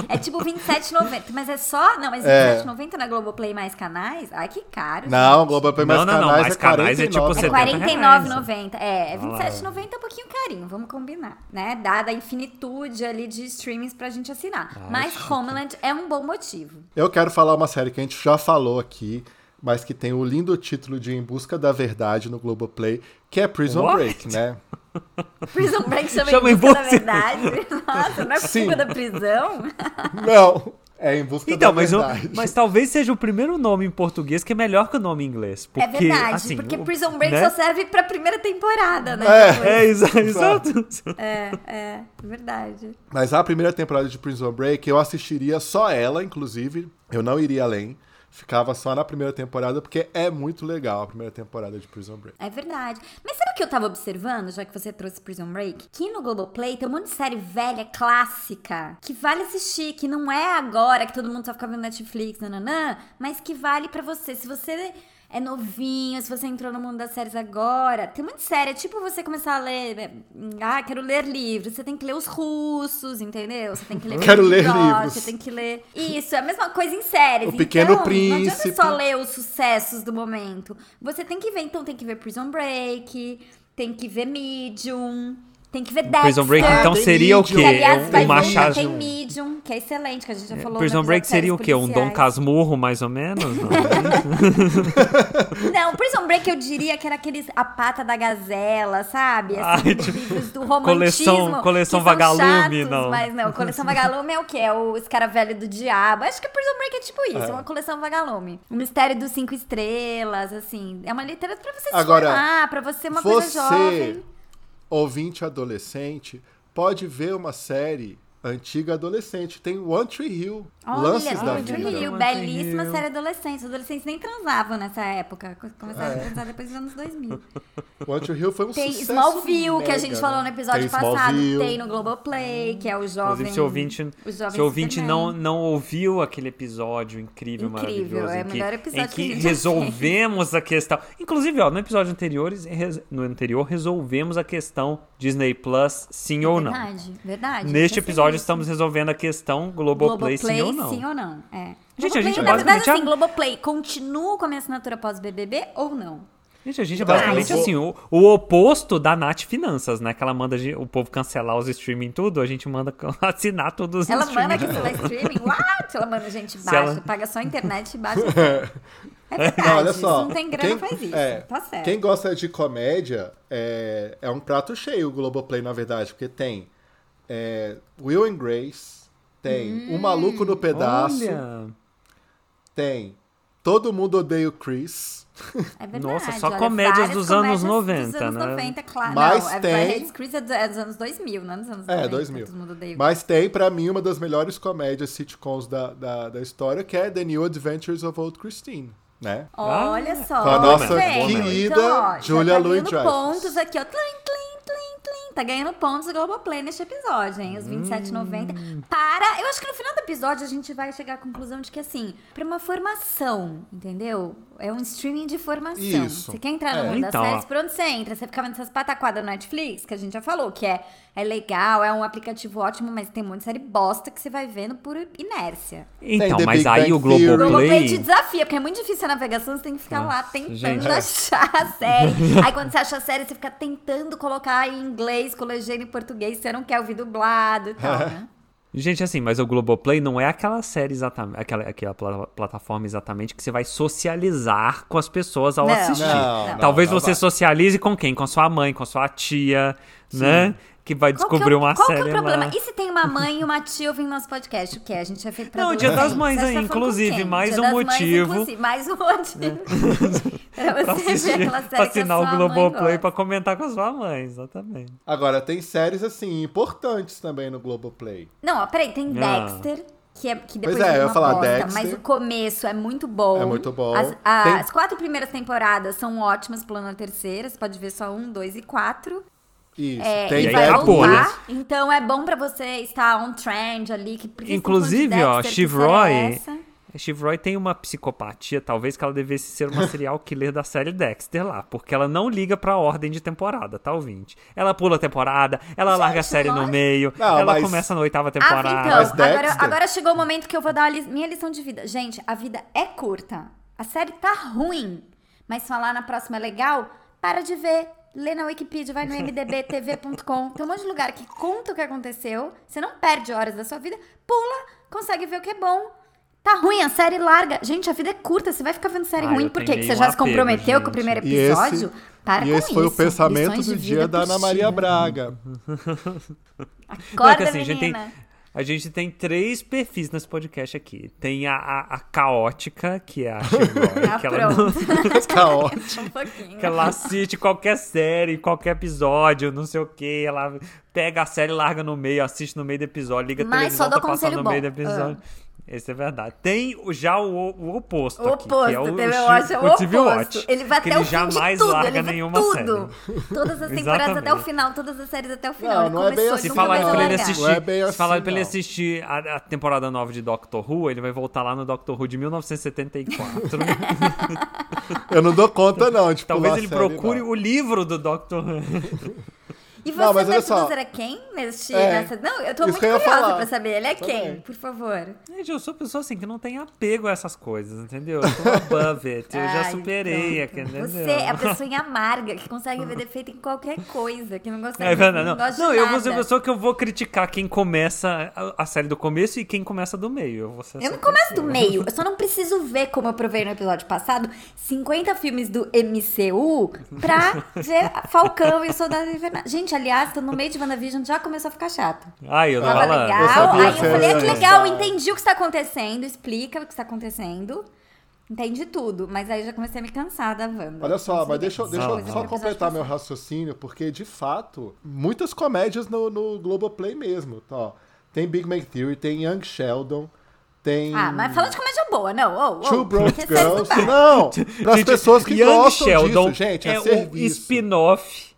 [SPEAKER 2] É tipo 27,90. Mas é só. Não, mas
[SPEAKER 3] É.
[SPEAKER 2] 27,90 na Globoplay mais canais? Ai, que caro.
[SPEAKER 3] Não, o
[SPEAKER 2] gente.
[SPEAKER 3] Globoplay mais
[SPEAKER 1] Não, não,
[SPEAKER 3] canais
[SPEAKER 1] não, mais
[SPEAKER 3] é
[SPEAKER 1] canais é
[SPEAKER 3] 49.
[SPEAKER 1] tipo
[SPEAKER 2] É
[SPEAKER 1] 70 reais,
[SPEAKER 2] 49,90. É, é
[SPEAKER 1] Olha lá.
[SPEAKER 2] 27,90 é um pouquinho carinho, vamos combinar, né? Dada a infinitude ali de streamings pra gente assinar. Mas Homeland é um bom motivo. (laughs)
[SPEAKER 3] Eu quero falar uma série que a gente já falou aqui, mas que tem o lindo título de Em Busca da Verdade no Globoplay, que é Prison
[SPEAKER 1] What?
[SPEAKER 3] Break, né?
[SPEAKER 2] Prison
[SPEAKER 1] (laughs)
[SPEAKER 2] Break chama,
[SPEAKER 1] Chama
[SPEAKER 2] em
[SPEAKER 1] em
[SPEAKER 2] busca da
[SPEAKER 1] busca. (laughs)
[SPEAKER 2] verdade. Nossa, não é
[SPEAKER 3] Sim.
[SPEAKER 2] fuga da prisão?
[SPEAKER 3] Não, é Em Busca
[SPEAKER 1] Então,
[SPEAKER 3] da
[SPEAKER 1] mas, o-
[SPEAKER 3] Verdade.
[SPEAKER 1] mas talvez seja o primeiro nome em português que é melhor que o nome em inglês. Porque,
[SPEAKER 2] é verdade,
[SPEAKER 1] assim,
[SPEAKER 2] porque
[SPEAKER 1] o-
[SPEAKER 2] Prison Break
[SPEAKER 1] né?
[SPEAKER 2] só serve pra primeira temporada, né?
[SPEAKER 3] É.
[SPEAKER 2] Depois-
[SPEAKER 1] É, exa- exato.
[SPEAKER 2] É, é, verdade.
[SPEAKER 3] Mas a primeira temporada de Prison Break eu assistiria só ela, inclusive. Eu não iria além. Ficava só na primeira temporada, porque é muito legal a primeira temporada de Prison Break.
[SPEAKER 2] É verdade. Mas sabe o que eu tava observando, já que você trouxe Prison Break? Que no Globoplay tem um monte de série velha, clássica, que vale assistir, que não é agora que todo mundo só fica vendo Netflix, nananã, mas que vale pra você. Se você é novinho, se você entrou no mundo das séries agora, tem um monte de série. É tipo você começar a ler, é, ah, quero ler livros. Você tem que ler os russos, entendeu? Você tem que ler
[SPEAKER 3] (laughs) Quero
[SPEAKER 2] Big
[SPEAKER 3] ler
[SPEAKER 2] Brother,
[SPEAKER 3] livros.
[SPEAKER 2] Você tem que ler... Isso, é a mesma coisa em séries.
[SPEAKER 3] O Pequeno
[SPEAKER 2] então, Não adianta
[SPEAKER 3] Príncipe.
[SPEAKER 2] só ler é os sucessos do momento. Você tem que ver, então tem que ver Prison Break, tem que ver Medium, Tem que ver Dexter.
[SPEAKER 1] Prison Break,
[SPEAKER 3] Ah,
[SPEAKER 1] então
[SPEAKER 3] tem
[SPEAKER 1] seria o
[SPEAKER 3] Medium.
[SPEAKER 1] quê?
[SPEAKER 2] Que, aliás,
[SPEAKER 1] É
[SPEAKER 2] vai
[SPEAKER 1] um
[SPEAKER 2] voltar,
[SPEAKER 1] machado.
[SPEAKER 2] Tem Medium, que é excelente, que a gente já falou. no
[SPEAKER 1] Prison
[SPEAKER 2] episódio
[SPEAKER 1] Break
[SPEAKER 2] de
[SPEAKER 1] seria o
[SPEAKER 2] séries
[SPEAKER 1] quê? Um Dom
[SPEAKER 2] policiais.
[SPEAKER 1] Casmurro, mais
[SPEAKER 2] (laughs)
[SPEAKER 1] ou menos? Não.
[SPEAKER 2] Não, Prison Break eu diria que era aqueles A Pata da Gazela, sabe? Assim,
[SPEAKER 1] Ai, tipo,
[SPEAKER 2] livros do romantismo.
[SPEAKER 1] coleção- coleção
[SPEAKER 2] que são
[SPEAKER 1] Vagalume,
[SPEAKER 2] chatos,
[SPEAKER 1] não.
[SPEAKER 2] Mas não, coleção Vagalume é o quê? É o Escaravelho do Diabo. Acho que Prison Break é tipo isso,
[SPEAKER 3] É.
[SPEAKER 2] uma coleção Vagalume. O Mistério dos Cinco Estrelas, assim. É uma literatura pra você
[SPEAKER 3] Agora,
[SPEAKER 2] se formar, pra você uma
[SPEAKER 3] Você,
[SPEAKER 2] coisa jovem.
[SPEAKER 3] ouvinte adolescente, pode ver uma série antiga adolescente. Tem One Tree Hill, Lances da
[SPEAKER 1] One
[SPEAKER 2] Tree
[SPEAKER 3] Vida.
[SPEAKER 2] Hill,
[SPEAKER 1] One
[SPEAKER 2] belíssima
[SPEAKER 1] Tree Hill.
[SPEAKER 2] série adolescente. Os adolescentes nem transavam nessa época. Começaram
[SPEAKER 3] É.
[SPEAKER 2] a transar depois dos anos 2000.
[SPEAKER 3] One Tree Hill foi um
[SPEAKER 2] Tem
[SPEAKER 3] sucesso
[SPEAKER 2] Smallville,
[SPEAKER 3] mega,
[SPEAKER 2] que a gente falou no
[SPEAKER 3] né?
[SPEAKER 2] episódio
[SPEAKER 3] Tem
[SPEAKER 2] passado.
[SPEAKER 3] Smallville.
[SPEAKER 2] Tem no Globoplay, que é o jovem...
[SPEAKER 1] Inclusive, se o ouvinte,
[SPEAKER 2] o jovem
[SPEAKER 1] se o ouvinte
[SPEAKER 2] Superman.
[SPEAKER 1] não, não ouviu aquele episódio incrível,
[SPEAKER 2] Incrível,
[SPEAKER 1] maravilhoso,
[SPEAKER 2] é
[SPEAKER 1] em
[SPEAKER 2] o
[SPEAKER 1] que,
[SPEAKER 2] melhor episódio
[SPEAKER 1] em
[SPEAKER 2] que a
[SPEAKER 1] que
[SPEAKER 2] gente já
[SPEAKER 1] resolvemos a questão. Inclusive, ó, no episódio anterior, res- no anterior resolvemos a questão Disney Plus, sim ou não.
[SPEAKER 2] É Verdade, verdade.
[SPEAKER 1] Neste
[SPEAKER 2] Pensei
[SPEAKER 1] episódio,
[SPEAKER 2] nisso.
[SPEAKER 1] estamos resolvendo a questão Globoplay, sim ou não.
[SPEAKER 2] sim ou não. É.
[SPEAKER 1] Gente, a gente
[SPEAKER 2] Globoplay, na verdade,
[SPEAKER 1] basicamente-
[SPEAKER 2] assim, Globoplay, continuo com a minha assinatura pós-BBB ou não?
[SPEAKER 1] Gente, a gente é
[SPEAKER 3] Então,
[SPEAKER 1] basicamente
[SPEAKER 3] eu vou-
[SPEAKER 1] assim, o, o oposto da Nath Finanças, né? Que ela manda a gente- o povo cancelar os streaming e tudo, a gente manda (laughs) can- assinar todos os
[SPEAKER 2] Ela
[SPEAKER 1] streaming.
[SPEAKER 2] manda que lá
[SPEAKER 1] (laughs)
[SPEAKER 2] streaming? What? Ela manda gente
[SPEAKER 1] Se
[SPEAKER 2] baixa,
[SPEAKER 1] ela-
[SPEAKER 2] paga só a internet e baixa.
[SPEAKER 3] (laughs)
[SPEAKER 1] (laughs)
[SPEAKER 2] É
[SPEAKER 3] Não,
[SPEAKER 2] verdade,
[SPEAKER 3] olha só.
[SPEAKER 2] se não tem grana, faz isso.
[SPEAKER 3] é,
[SPEAKER 2] tá certo.
[SPEAKER 3] Quem gosta de comédia é, é um prato cheio o Globoplay, na verdade, porque tem é, Will and Grace, tem
[SPEAKER 2] Hum.
[SPEAKER 3] O Maluco no Pedaço,
[SPEAKER 1] Olha,
[SPEAKER 3] tem Todo Mundo Odeia o Chris,
[SPEAKER 2] É verdade,
[SPEAKER 1] Nossa, só
[SPEAKER 2] olha,
[SPEAKER 1] comédias
[SPEAKER 2] várias
[SPEAKER 1] dos anos
[SPEAKER 2] comédias
[SPEAKER 1] 90,
[SPEAKER 2] dos anos
[SPEAKER 1] né?
[SPEAKER 2] 90, claro.
[SPEAKER 3] Mas
[SPEAKER 2] não, é-
[SPEAKER 3] tem-
[SPEAKER 2] Heads Chris é do- é dos anos 2000, não é dos anos 90.
[SPEAKER 3] é, 2000.
[SPEAKER 2] Todo mundo odeia o
[SPEAKER 3] Mas tem, pra mim, uma das melhores comédias sitcoms da, da, da história, que é The New Adventures of Old Christine, né?
[SPEAKER 1] Ah,
[SPEAKER 2] Olha só.
[SPEAKER 3] Com a nossa
[SPEAKER 2] gente.
[SPEAKER 3] querida
[SPEAKER 2] Então, ó, já
[SPEAKER 3] Julia
[SPEAKER 2] tá ganhando
[SPEAKER 3] Louis-Dreyfus.
[SPEAKER 2] pontos aqui, ó. Tlim, tlim, tlim, tlim. Tá ganhando pontos o Globoplay neste episódio, hein? Os 27,90.
[SPEAKER 3] Hum.
[SPEAKER 2] Para... Eu acho que no final do episódio a gente vai chegar à conclusão de que, assim, pra uma formação, entendeu? É um streaming de formação.
[SPEAKER 3] Isso.
[SPEAKER 2] Você quer entrar
[SPEAKER 3] É.
[SPEAKER 2] no mundo das
[SPEAKER 1] Então, ó.
[SPEAKER 2] séries? Por onde você entra? Você fica vendo essas pataquadas no Netflix, que a gente já falou, que é, é legal, é um aplicativo ótimo, mas tem um monte de série bosta que você vai vendo por inércia.
[SPEAKER 1] Então,
[SPEAKER 3] The
[SPEAKER 1] mas
[SPEAKER 3] Big
[SPEAKER 1] aí
[SPEAKER 3] Bang
[SPEAKER 1] o
[SPEAKER 3] Theory.
[SPEAKER 2] O Globoplay
[SPEAKER 1] Globoplay...
[SPEAKER 2] te desafia, porque é muito difícil a navegação, você tem que ficar lá tentando (laughs)
[SPEAKER 1] gente. é.
[SPEAKER 2] achar a série.
[SPEAKER 1] (laughs)
[SPEAKER 2] Aí quando você acha a série, você fica tentando colocar em inglês, colegiando em português, você não quer ouvir dublado e
[SPEAKER 1] (laughs)
[SPEAKER 2] tal, né?
[SPEAKER 1] Gente, assim, mas o Globoplay não é aquela série exatamente, aquela, aquela pla- plataforma exatamente que você vai socializar com as pessoas ao
[SPEAKER 2] Não.
[SPEAKER 1] assistir.
[SPEAKER 3] Não, não,
[SPEAKER 1] Talvez
[SPEAKER 3] não
[SPEAKER 1] você
[SPEAKER 3] vai.
[SPEAKER 1] socialize com quem? Com a sua mãe, com a sua tia, né? Que vai
[SPEAKER 2] Qual que é o-
[SPEAKER 1] descobrir uma
[SPEAKER 2] qual que é
[SPEAKER 1] série né?
[SPEAKER 2] o problema?
[SPEAKER 1] lá.
[SPEAKER 2] E se tem uma mãe e uma tia ouvindo nosso podcast? O que é? A gente é feito pra
[SPEAKER 1] Não, o Dia
[SPEAKER 2] adolescente.
[SPEAKER 1] das Mães
[SPEAKER 2] Você
[SPEAKER 1] aí,
[SPEAKER 2] tá falando com
[SPEAKER 1] inclusive,
[SPEAKER 2] quem?
[SPEAKER 1] mais
[SPEAKER 2] Dia
[SPEAKER 1] um
[SPEAKER 2] das Mães,
[SPEAKER 1] motivo. É.
[SPEAKER 2] inclusive,
[SPEAKER 1] (laughs)
[SPEAKER 2] mais um motivo. (laughs) pra
[SPEAKER 1] Pra
[SPEAKER 2] você ver
[SPEAKER 1] assistir,
[SPEAKER 2] aquela série que
[SPEAKER 1] pra
[SPEAKER 2] a
[SPEAKER 1] assinar o
[SPEAKER 2] sua mãe
[SPEAKER 1] Globoplay
[SPEAKER 2] gosta.
[SPEAKER 1] pra comentar com a sua mãe, exatamente.
[SPEAKER 3] Agora, tem séries, assim, importantes também no Globoplay.
[SPEAKER 2] Não, ó, peraí, tem
[SPEAKER 1] Ah.
[SPEAKER 2] Dexter. Que, é, que
[SPEAKER 3] Pois
[SPEAKER 2] depois
[SPEAKER 3] é, eu
[SPEAKER 2] é,
[SPEAKER 3] ia
[SPEAKER 2] uma
[SPEAKER 3] falar
[SPEAKER 2] bosta,
[SPEAKER 3] Dexter.
[SPEAKER 2] mas o começo é muito bom.
[SPEAKER 3] É muito bom.
[SPEAKER 2] As, a-
[SPEAKER 3] Tem-
[SPEAKER 2] as quatro primeiras temporadas são ótimas, plano na terceira, você pode ver só um, dois e quatro.
[SPEAKER 3] Isso.
[SPEAKER 2] É,
[SPEAKER 3] tem
[SPEAKER 2] e
[SPEAKER 1] aí
[SPEAKER 2] vai
[SPEAKER 3] Bad
[SPEAKER 1] acabou, né?
[SPEAKER 3] Boys.
[SPEAKER 2] voltar, então é bom pra você estar on trend ali. Que, porque você
[SPEAKER 1] Inclusive,
[SPEAKER 2] tá falando
[SPEAKER 1] ó,
[SPEAKER 2] de Dexter,
[SPEAKER 1] Steve
[SPEAKER 2] que série é
[SPEAKER 1] Roy-
[SPEAKER 2] essa?
[SPEAKER 1] A Chivroy tem uma psicopatia, talvez que ela devesse ser (laughs) uma serial killer da série Dexter lá, porque ela não liga pra ordem de temporada, tá ouvinte? Ela pula a temporada, ela larga a série no
[SPEAKER 2] lógico.
[SPEAKER 1] meio,
[SPEAKER 3] Não,
[SPEAKER 1] ela
[SPEAKER 3] mas-
[SPEAKER 1] começa na oitava
[SPEAKER 2] Ah,
[SPEAKER 1] temporada.
[SPEAKER 3] Mas
[SPEAKER 2] então, agora,
[SPEAKER 3] Dexter-
[SPEAKER 2] agora chegou o momento que eu vou dar a li- minha lição de vida. Gente, a vida é curta. A série tá ruim. Mas falar na próxima é legal, para de ver. Lê na Wikipedia, vai no
[SPEAKER 3] (laughs)
[SPEAKER 2] mdbtv.com. Tem um monte de lugar que conta o que aconteceu. Você não perde horas da sua vida. Pula, consegue ver o que é bom. Tá ruim, a série larga. Gente, a vida é curta. Você vai ficar vendo série
[SPEAKER 1] Ah,
[SPEAKER 2] ruim
[SPEAKER 1] eu
[SPEAKER 2] por quê?
[SPEAKER 1] tenho
[SPEAKER 2] Que
[SPEAKER 1] meio
[SPEAKER 2] você já
[SPEAKER 1] um
[SPEAKER 2] se comprometeu
[SPEAKER 1] apego,
[SPEAKER 2] com o primeiro
[SPEAKER 3] gente. E esse-
[SPEAKER 2] episódio? para
[SPEAKER 3] E
[SPEAKER 2] com
[SPEAKER 3] esse foi o
[SPEAKER 2] isso.
[SPEAKER 3] pensamento
[SPEAKER 2] Lições de
[SPEAKER 3] do
[SPEAKER 2] vida é
[SPEAKER 3] dia da Ana Maria
[SPEAKER 2] postiga.
[SPEAKER 3] Braga. (laughs)
[SPEAKER 1] Não, é
[SPEAKER 2] Acorda,
[SPEAKER 1] que assim, a gente, tem,
[SPEAKER 2] menina.
[SPEAKER 1] (laughs) a gente tem três perfis nesse podcast aqui. Tem a, a- a caótica, que é
[SPEAKER 2] (laughs)
[SPEAKER 1] a Chivroy,
[SPEAKER 2] Ah,
[SPEAKER 1] que ela não- (laughs)
[SPEAKER 2] pronto.
[SPEAKER 3] Caótico.
[SPEAKER 2] Um pouquinho.
[SPEAKER 1] Que ela assiste qualquer série, qualquer episódio, não sei o que. Ela pega a série, larga no meio, assiste no meio do episódio, liga a
[SPEAKER 2] Mas
[SPEAKER 1] televisão,
[SPEAKER 2] só dou
[SPEAKER 1] tá
[SPEAKER 2] conselho
[SPEAKER 1] passando no
[SPEAKER 2] bom. Ah.
[SPEAKER 1] meio do episódio. Esse é verdade. Tem o- já o, o oposto.
[SPEAKER 2] O
[SPEAKER 1] aqui,
[SPEAKER 2] oposto,
[SPEAKER 1] que é o,
[SPEAKER 2] TV
[SPEAKER 1] Gil-
[SPEAKER 2] Watch é o,
[SPEAKER 1] o TV
[SPEAKER 2] oposto.
[SPEAKER 1] Watch,
[SPEAKER 2] Ele vai
[SPEAKER 1] que
[SPEAKER 2] até o
[SPEAKER 1] ele
[SPEAKER 2] fim
[SPEAKER 1] jamais
[SPEAKER 2] de tudo,
[SPEAKER 1] larga
[SPEAKER 2] ele vai
[SPEAKER 1] nenhuma
[SPEAKER 2] tudo.
[SPEAKER 1] série.
[SPEAKER 2] Todas (laughs) as temporadas até o
[SPEAKER 1] Exatamente.
[SPEAKER 2] final, todas as séries até o final.
[SPEAKER 3] Não,
[SPEAKER 2] ele
[SPEAKER 3] não é bem
[SPEAKER 2] começou,
[SPEAKER 3] assim,
[SPEAKER 1] Se
[SPEAKER 2] nunca
[SPEAKER 3] falar
[SPEAKER 1] falar
[SPEAKER 2] mais
[SPEAKER 3] vai
[SPEAKER 1] pra ele
[SPEAKER 2] largar.
[SPEAKER 3] largar. Não é
[SPEAKER 1] assistir,
[SPEAKER 3] bem
[SPEAKER 1] se falar
[SPEAKER 3] assim,
[SPEAKER 1] pra ele
[SPEAKER 3] não.
[SPEAKER 1] assistir a, a temporada nova de Doctor Who, ele vai voltar lá no Doctor Who
[SPEAKER 3] (laughs)
[SPEAKER 1] de 1974.
[SPEAKER 3] Eu não dou conta, não. de
[SPEAKER 1] Talvez
[SPEAKER 3] pular
[SPEAKER 1] ele
[SPEAKER 3] série,
[SPEAKER 1] procure um
[SPEAKER 3] não.
[SPEAKER 1] o livro do Doctor Who.
[SPEAKER 2] E você,
[SPEAKER 3] Não, mas olha
[SPEAKER 2] Marcos,
[SPEAKER 3] só.
[SPEAKER 2] era quem nesse
[SPEAKER 3] É.
[SPEAKER 2] nessa- Não, eu tô
[SPEAKER 3] Isso
[SPEAKER 2] muito
[SPEAKER 3] que eu ia
[SPEAKER 2] curiosa
[SPEAKER 3] falar.
[SPEAKER 2] pra saber. Ele é
[SPEAKER 3] Também.
[SPEAKER 2] quem, por favor?
[SPEAKER 1] Gente, eu sou pessoa assim que não tem apego a essas coisas, entendeu? Eu tô above it, eu já
[SPEAKER 2] (laughs) Ai,
[SPEAKER 1] superei,
[SPEAKER 2] pronto.
[SPEAKER 1] aquele- entendeu?
[SPEAKER 2] Você é a (laughs) pessoa amarga que consegue ver defeito em qualquer coisa, que não gosta,
[SPEAKER 1] É verdade,
[SPEAKER 2] não
[SPEAKER 1] não.
[SPEAKER 2] gosta de
[SPEAKER 1] Não, eu vou
[SPEAKER 2] nada.
[SPEAKER 1] ser a pessoa que eu vou criticar quem começa a- a série do começo e quem começa do meio. Eu, vou ser assim.
[SPEAKER 2] Eu
[SPEAKER 1] essa
[SPEAKER 2] não começo do
[SPEAKER 1] pessoa.
[SPEAKER 2] meio, eu só não preciso ver, como eu provei no episódio passado, 50 filmes do MCU pra ver Falcão e o Soldado Invernal. Gente, aliás, tô no meio de WandaVision, já começou a ficar chato.
[SPEAKER 1] Ai, eu tô
[SPEAKER 2] Tava
[SPEAKER 1] falando.
[SPEAKER 2] legal,
[SPEAKER 3] eu sabia
[SPEAKER 2] aí eu
[SPEAKER 3] que você
[SPEAKER 2] falei,
[SPEAKER 3] ia
[SPEAKER 2] ah, que legal,
[SPEAKER 3] gostar.
[SPEAKER 2] entendi o que está acontecendo, explica o que está acontecendo, entendi tudo, mas aí eu já comecei a me cansar da Wanda.
[SPEAKER 3] Olha só, mas deixa, eu- deixa eu
[SPEAKER 1] Não,
[SPEAKER 3] só
[SPEAKER 1] não.
[SPEAKER 3] completar meu raciocínio, porque de fato, muitas comédias no, no Globoplay mesmo. Então, ó, tem Big Bang Theory, tem Young Sheldon, tem.
[SPEAKER 2] Ah, mas falando de comédia boa, não, ô, ô. (laughs)
[SPEAKER 3] Two Broke
[SPEAKER 2] porque sério
[SPEAKER 3] Girls. Não! Para as
[SPEAKER 1] (laughs) Gente,
[SPEAKER 3] pessoas que
[SPEAKER 1] Young
[SPEAKER 3] gostam
[SPEAKER 1] Sheldon
[SPEAKER 3] disso, gente, é,
[SPEAKER 1] é o
[SPEAKER 3] serviço.
[SPEAKER 1] spin-off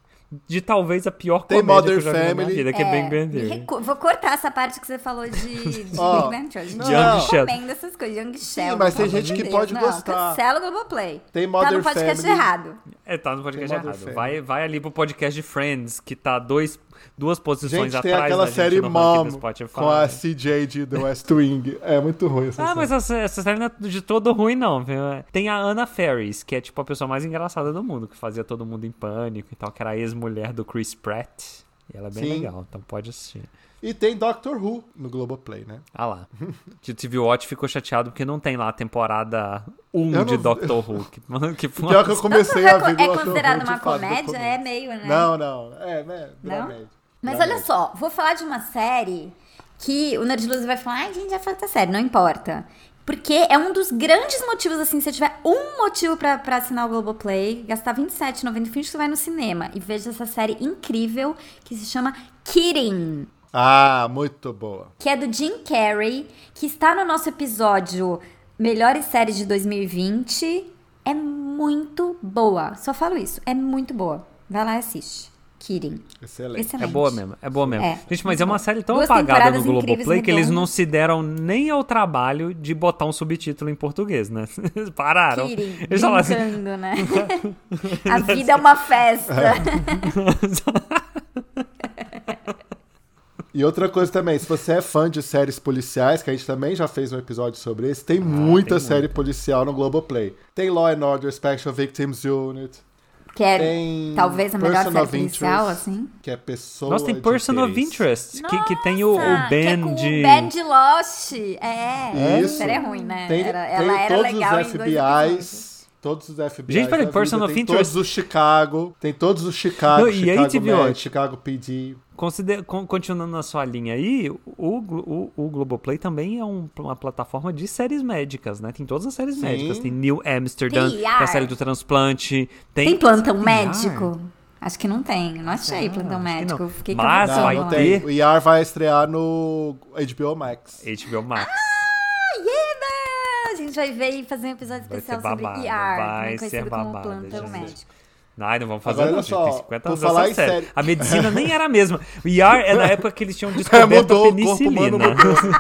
[SPEAKER 1] de talvez a pior
[SPEAKER 3] Tem
[SPEAKER 1] comédia que eu
[SPEAKER 3] Modern
[SPEAKER 1] já vi na minha
[SPEAKER 3] Family.
[SPEAKER 1] vida, que é, Big Bang
[SPEAKER 2] me
[SPEAKER 1] Theory.
[SPEAKER 2] recu- Vou cortar essa parte que você falou
[SPEAKER 1] (laughs)
[SPEAKER 2] de, de
[SPEAKER 3] Ó,
[SPEAKER 2] Big Bang Theory. Gente,
[SPEAKER 3] não.
[SPEAKER 2] não
[SPEAKER 1] Young Sheldon.
[SPEAKER 2] recomendo essas coisas. Young Sheldon.
[SPEAKER 3] mas tem
[SPEAKER 2] pelo
[SPEAKER 3] gente
[SPEAKER 2] amor de
[SPEAKER 3] que
[SPEAKER 2] Deus.
[SPEAKER 3] pode
[SPEAKER 2] não,
[SPEAKER 3] gostar.
[SPEAKER 2] Cancela o Globoplay.
[SPEAKER 3] Tem
[SPEAKER 2] Tá
[SPEAKER 3] Modern
[SPEAKER 2] no podcast
[SPEAKER 3] Family.
[SPEAKER 2] errado.
[SPEAKER 1] É, tá no podcast
[SPEAKER 3] Tem Modern
[SPEAKER 1] errado.
[SPEAKER 3] Family.
[SPEAKER 1] Vai, vai ali pro podcast de Friends, que tá dois, duas posições
[SPEAKER 3] Gente, tem
[SPEAKER 1] atrás
[SPEAKER 3] aquela
[SPEAKER 1] da
[SPEAKER 3] série
[SPEAKER 1] gente no ranking
[SPEAKER 3] Mom
[SPEAKER 1] do Spotify.
[SPEAKER 3] com a CJ de The West Wing. É muito ruim essa
[SPEAKER 1] Ah,
[SPEAKER 3] série.
[SPEAKER 1] mas essa, essa série não é de todo ruim, não. viu? Tem a Anna Ferris, que é tipo a pessoa mais engraçada do mundo, que fazia todo mundo em pânico e tal, que era a ex-mulher do Chris Pratt. E ela é bem
[SPEAKER 3] Sim.
[SPEAKER 1] legal, então pode assistir.
[SPEAKER 3] E tem Doctor Who no Globoplay, né?
[SPEAKER 1] Ah lá. (laughs) Que o TV Watch ficou chateado porque não tem lá a temporada 1
[SPEAKER 3] Eu
[SPEAKER 1] de
[SPEAKER 3] não-
[SPEAKER 1] Doctor Who. Que,
[SPEAKER 3] (laughs)
[SPEAKER 1] mano, que
[SPEAKER 3] Pior que eu comecei a
[SPEAKER 2] Doctor Who
[SPEAKER 3] ver
[SPEAKER 2] é
[SPEAKER 3] Doctor Who,
[SPEAKER 2] considerada
[SPEAKER 3] de
[SPEAKER 2] uma
[SPEAKER 3] fato, no
[SPEAKER 2] comédia? É
[SPEAKER 3] começo.
[SPEAKER 2] meio, né?
[SPEAKER 3] Não, é. não. É, né? Dá
[SPEAKER 2] Não?
[SPEAKER 3] média.
[SPEAKER 2] Mas
[SPEAKER 3] Dá
[SPEAKER 2] olha
[SPEAKER 3] média.
[SPEAKER 2] só, vou falar de uma série que o Nerd Luz vai falar, ai, gente, já falou dessa série, não importa. Porque é um dos grandes motivos, assim, se você tiver um motivo pra, pra assinar o Globoplay, gastar R$27,90, finge que você vai no cinema e veja essa série incrível que se chama Kidding
[SPEAKER 3] Ah, muito boa.
[SPEAKER 2] que é do Jim Carrey, que está no nosso episódio Melhores Séries de 2020. É muito boa. Só falo isso. É muito boa. Vai lá e assiste. Kirin.
[SPEAKER 3] Excelente.
[SPEAKER 2] Excelente.
[SPEAKER 1] É boa mesmo, é boa mesmo.
[SPEAKER 2] É.
[SPEAKER 1] Gente, mas é uma série tão
[SPEAKER 2] Duas
[SPEAKER 1] apagada no
[SPEAKER 2] temporadas incríveis,
[SPEAKER 1] Globoplay que eles
[SPEAKER 2] redondas.
[SPEAKER 1] não se deram nem ao trabalho de botar um subtítulo em português, né? (laughs) Eles Pararam.
[SPEAKER 2] Kirin.
[SPEAKER 1] (laughs) Eles falaram assim,
[SPEAKER 2] Brincando,
[SPEAKER 1] (laughs)
[SPEAKER 2] né? A vida é uma festa.
[SPEAKER 1] É.
[SPEAKER 3] E outra coisa também, se você é fã de séries policiais, que a gente também já fez um episódio sobre esse, tem muita
[SPEAKER 1] Ah, tem
[SPEAKER 3] série policial no Globoplay. Tem Law and Order Special Victims Unit,
[SPEAKER 2] Que é
[SPEAKER 3] tem
[SPEAKER 2] talvez a melhor
[SPEAKER 3] Person
[SPEAKER 2] série
[SPEAKER 3] of
[SPEAKER 2] policial,
[SPEAKER 3] Interest,
[SPEAKER 2] assim.
[SPEAKER 3] Que é pessoa
[SPEAKER 1] Nossa, tem
[SPEAKER 3] de
[SPEAKER 1] Person of
[SPEAKER 3] interesse.
[SPEAKER 1] Interest, que, que tem o, o
[SPEAKER 2] Nossa, que é
[SPEAKER 1] Ben
[SPEAKER 2] com
[SPEAKER 1] de...
[SPEAKER 2] O Ben de Lost. É.
[SPEAKER 3] Isso.
[SPEAKER 2] Era ruim, né?
[SPEAKER 3] Tem,
[SPEAKER 2] Era-
[SPEAKER 3] tem
[SPEAKER 2] ela era
[SPEAKER 3] todos
[SPEAKER 2] legal
[SPEAKER 3] os
[SPEAKER 2] em dois episódios.
[SPEAKER 3] FBIs, todos os FBIs.
[SPEAKER 1] Gente, peraí,
[SPEAKER 3] da
[SPEAKER 1] Person
[SPEAKER 3] vida,
[SPEAKER 1] of
[SPEAKER 3] tem
[SPEAKER 1] Interest.
[SPEAKER 3] todos os Chicago, tem todos os Chicago,
[SPEAKER 1] Não, e aí,
[SPEAKER 3] Chicago
[SPEAKER 1] TV
[SPEAKER 3] Med,
[SPEAKER 1] Watch.
[SPEAKER 3] Chicago PD.
[SPEAKER 1] Consider- con- Continuando na sua linha aí, o, Glo- o, o Globoplay também é um- uma plataforma de séries médicas, né? Tem todas as séries médicas. Tem New Amsterdam,
[SPEAKER 2] PR.
[SPEAKER 1] tem a série do transplante. Tem,
[SPEAKER 2] Tem plantão
[SPEAKER 1] PR?
[SPEAKER 2] médico? Acho que não tem. Não achei
[SPEAKER 1] Ah,
[SPEAKER 2] plantão
[SPEAKER 1] acho que
[SPEAKER 2] médico.
[SPEAKER 1] não.
[SPEAKER 2] Fiquei
[SPEAKER 1] Mas
[SPEAKER 2] confusa
[SPEAKER 3] Não,
[SPEAKER 1] vai
[SPEAKER 3] não
[SPEAKER 2] agora.
[SPEAKER 3] tem.
[SPEAKER 1] ter.
[SPEAKER 3] O IR vai estrear no HBO Max.
[SPEAKER 1] HBO Max.
[SPEAKER 2] Ah, yeah! A gente vai ver e fazer um episódio
[SPEAKER 1] Vai
[SPEAKER 2] especial
[SPEAKER 1] ser babado,
[SPEAKER 2] sobre IR,
[SPEAKER 1] vai
[SPEAKER 2] também conhecido
[SPEAKER 1] ser
[SPEAKER 2] como
[SPEAKER 1] babado,
[SPEAKER 2] plantão
[SPEAKER 1] gente.
[SPEAKER 2] médico.
[SPEAKER 1] Ai, não vamos fazer
[SPEAKER 3] Agora,
[SPEAKER 1] não,
[SPEAKER 3] olha
[SPEAKER 1] gente.
[SPEAKER 3] só,
[SPEAKER 1] Tem 50
[SPEAKER 3] por
[SPEAKER 1] anos
[SPEAKER 3] falar
[SPEAKER 1] dessa
[SPEAKER 3] em
[SPEAKER 1] série.
[SPEAKER 3] série.
[SPEAKER 1] A medicina nem era a
[SPEAKER 3] (laughs)
[SPEAKER 1] mesma. O IR é da época que eles tinham descoberto a
[SPEAKER 3] mudou, o corpo humano
[SPEAKER 1] penicilina.